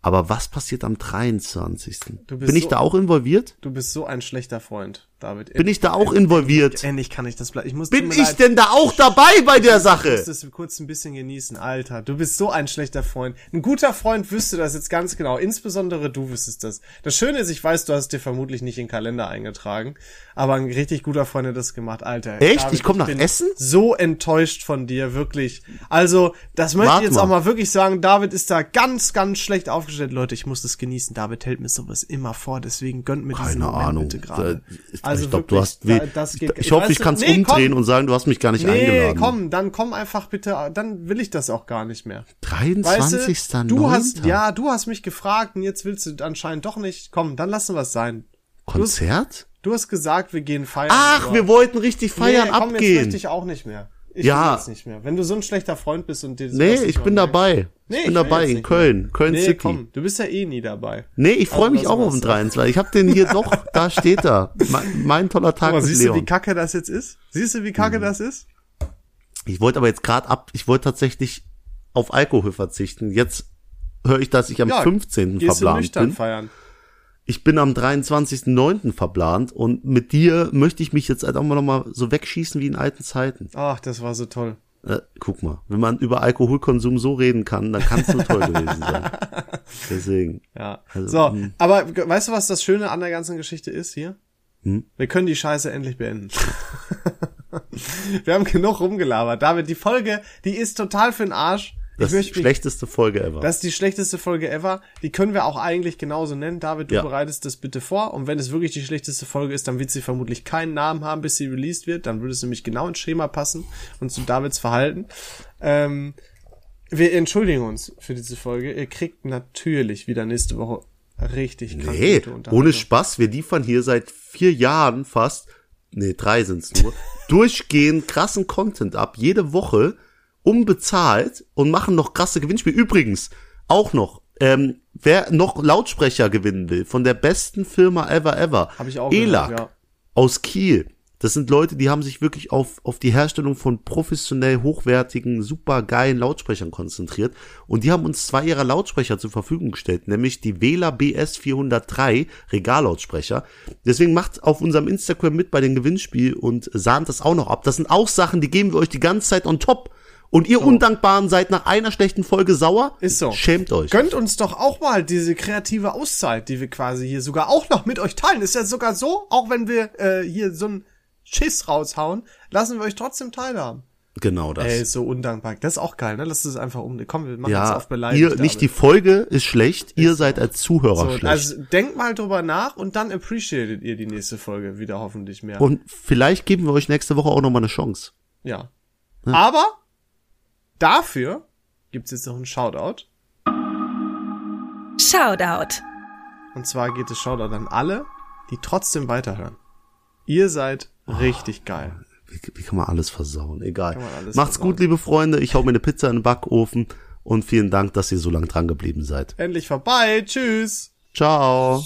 Speaker 2: Aber was passiert am 23.?
Speaker 1: Du bist
Speaker 2: Bin ich
Speaker 1: so-
Speaker 2: da auch involviert?
Speaker 1: Du bist so ein schlechter Freund, David.
Speaker 2: Bin ich da auch involviert?
Speaker 1: Endlich kann ich das bleiben. Ich muss Äh, tut
Speaker 2: Bin
Speaker 1: mir
Speaker 2: ich
Speaker 1: leid,
Speaker 2: denn da auch dabei bei der
Speaker 1: Ich
Speaker 2: Sache?
Speaker 1: muss das kurz ein bisschen genießen. Alter, du bist so ein schlechter Freund. Ein guter Freund wüsste das jetzt ganz genau. Insbesondere du wüsstest das. Das Schöne ist, ich weiß, du hast dir vermutlich nicht in den Kalender eingetragen. Aber ein richtig guter Freund hat das gemacht. Alter.
Speaker 2: Echt? Ich komm nach
Speaker 1: bin
Speaker 2: Essen?
Speaker 1: so enttäuscht von dir, wirklich. Also, das möchte
Speaker 2: Wart
Speaker 1: ich jetzt
Speaker 2: mal.
Speaker 1: auch mal wirklich sagen. David ist da ganz, ganz schlecht aufgestellt. Leute, ich muss das genießen. David hält mir sowas immer vor. Deswegen gönnt mir diesen
Speaker 2: Keine
Speaker 1: Moment
Speaker 2: Ahnung.
Speaker 1: bitte gerade.
Speaker 2: Da- Ich,
Speaker 1: Also
Speaker 2: ich glaube, du
Speaker 1: wirklich,
Speaker 2: hast. weh-
Speaker 1: da- das
Speaker 2: ich,
Speaker 1: geht-
Speaker 2: ich hoffe,
Speaker 1: weißt
Speaker 2: ich
Speaker 1: du-
Speaker 2: kann es
Speaker 1: Nee, komm.
Speaker 2: umdrehen und sagen, du hast mich gar nicht
Speaker 1: Nee,
Speaker 2: eingeladen.
Speaker 1: komm, dann komm einfach bitte, dann will ich das auch gar nicht mehr. Weißt
Speaker 2: 23.
Speaker 1: du, du hast, ja, du hast mich gefragt und jetzt willst du anscheinend doch nicht. Komm, dann lassen wir es sein.
Speaker 2: Konzert?
Speaker 1: Du hast gesagt, wir gehen feiern.
Speaker 2: Ach,
Speaker 1: aber-
Speaker 2: wir wollten richtig feiern,
Speaker 1: nee, komm, Jetzt
Speaker 2: abgehen.
Speaker 1: möchte ich auch nicht mehr. Ich
Speaker 2: Ja.
Speaker 1: will jetzt nicht mehr. Wenn du so ein schlechter Freund bist und dir das
Speaker 2: Nee,
Speaker 1: das nicht
Speaker 2: ich bin
Speaker 1: mehr-
Speaker 2: dabei.
Speaker 1: Nee, ich
Speaker 2: ich
Speaker 1: will
Speaker 2: bin dabei
Speaker 1: jetzt
Speaker 2: in
Speaker 1: nicht
Speaker 2: Köln, Köln
Speaker 1: Nee,
Speaker 2: City.
Speaker 1: komm, du bist ja eh nie dabei.
Speaker 2: Nee, ich freue
Speaker 1: Also
Speaker 2: mich
Speaker 1: lassen
Speaker 2: auch auf den
Speaker 1: wir's.
Speaker 2: 23. Ich habe den hier doch, da steht er. Mein, mein toller Tag
Speaker 1: Aber
Speaker 2: mit
Speaker 1: siehst du, wie
Speaker 2: Leon. Mhm.
Speaker 1: kacke das jetzt ist? Siehst du, wie kacke das ist?
Speaker 2: Ich wollte aber jetzt gerade ab, ich wollte tatsächlich auf Alkohol verzichten. Jetzt höre ich, dass ich am 15.
Speaker 1: gehst du
Speaker 2: verplant
Speaker 1: nüchtern
Speaker 2: bin.
Speaker 1: feiern.
Speaker 2: Ich bin am 23.9. verplant und mit dir möchte ich mich jetzt halt auch mal noch mal so wegschießen wie in alten Zeiten.
Speaker 1: Ach, das war so toll.
Speaker 2: Äh, guck mal, wenn man über Alkoholkonsum so reden kann, dann kann es nur toll gewesen sein. Deswegen.
Speaker 1: Ja.
Speaker 2: Also,
Speaker 1: so,
Speaker 2: hm.
Speaker 1: aber ge- weißt du, was das Schöne an der ganzen Geschichte ist hier?
Speaker 2: Hm?
Speaker 1: Wir können die Scheiße endlich beenden. Wir haben genug rumgelabert. David, die Folge, die ist total für den Arsch. ich
Speaker 2: Das ist die
Speaker 1: möchte mich,
Speaker 2: schlechteste Folge ever.
Speaker 1: das ist die schlechteste Folge ever. Die können wir auch eigentlich genauso nennen. David, du
Speaker 2: Ja.
Speaker 1: bereitest das bitte vor. Und wenn es wirklich die schlechteste Folge ist, dann wird sie vermutlich keinen Namen haben, bis sie released wird. Dann würde es nämlich genau ins Schema passen und zu Davids Verhalten. Ähm, wir entschuldigen uns für diese Folge. Ihr kriegt natürlich wieder nächste Woche richtig krass
Speaker 2: Nee,
Speaker 1: gute Unterhaltung.
Speaker 2: ohne Spaß, wir liefern hier seit vier Jahren fast, nee, drei sind's nur, durchgehend krassen Content ab, jede Woche, unbezahlt und machen noch krasse Gewinnspiele. Übrigens, auch noch, Ähm, wer noch Lautsprecher gewinnen will, von der besten Firma ever, ever. E
Speaker 1: Hab ich auch
Speaker 2: ELAC
Speaker 1: gehört, ja.
Speaker 2: aus Kiel. Das sind Leute, die haben sich wirklich auf, auf die Herstellung von professionell hochwertigen, super geilen Lautsprechern konzentriert. Und die haben uns zwei ihrer Lautsprecher zur Verfügung gestellt, nämlich die Wähler BS403 Regallautsprecher. Deswegen macht auf unserem Instagram mit bei dem Gewinnspiel und sahnt das auch noch ab. Das sind auch Sachen, die geben wir euch die ganze Zeit on top. Und ihr Undankbaren seid nach einer schlechten Folge sauer.
Speaker 1: Ist so.
Speaker 2: Schämt euch.
Speaker 1: Gönnt uns doch auch mal diese kreative Auszeit, die wir quasi hier sogar auch noch mit euch teilen. Ist ja sogar so, auch wenn wir äh, hier so einen Schiss raushauen, lassen wir euch trotzdem teilhaben.
Speaker 2: Genau das.
Speaker 1: Ey, ist so undankbar. Das ist auch geil, ne? Lass es einfach um. Komm, wir machen das
Speaker 2: ja,
Speaker 1: auf beleidigt.
Speaker 2: ihr, nicht die
Speaker 1: damit.
Speaker 2: Folge ist schlecht, ihr seid als Zuhörer schlecht.
Speaker 1: so, Also denkt mal drüber nach und dann appreciatet ihr die nächste Folge wieder hoffentlich mehr.
Speaker 2: Und vielleicht geben wir euch nächste Woche auch nochmal eine Chance.
Speaker 1: ja. Aber dafür gibt's jetzt noch einen Shoutout.
Speaker 3: Shoutout.
Speaker 1: Und zwar geht es Shoutout an alle, die trotzdem weiterhören. Ihr seid richtig geil.
Speaker 2: Wie, wie kann man alles versauen? Egal.
Speaker 1: man alles
Speaker 2: Macht's
Speaker 1: versauen.
Speaker 2: gut, liebe Freunde. Ich hau mir eine Pizza in den Backofen und vielen Dank, dass ihr so lange dran geblieben seid.
Speaker 1: Endlich vorbei. Tschüss.
Speaker 2: Ciao.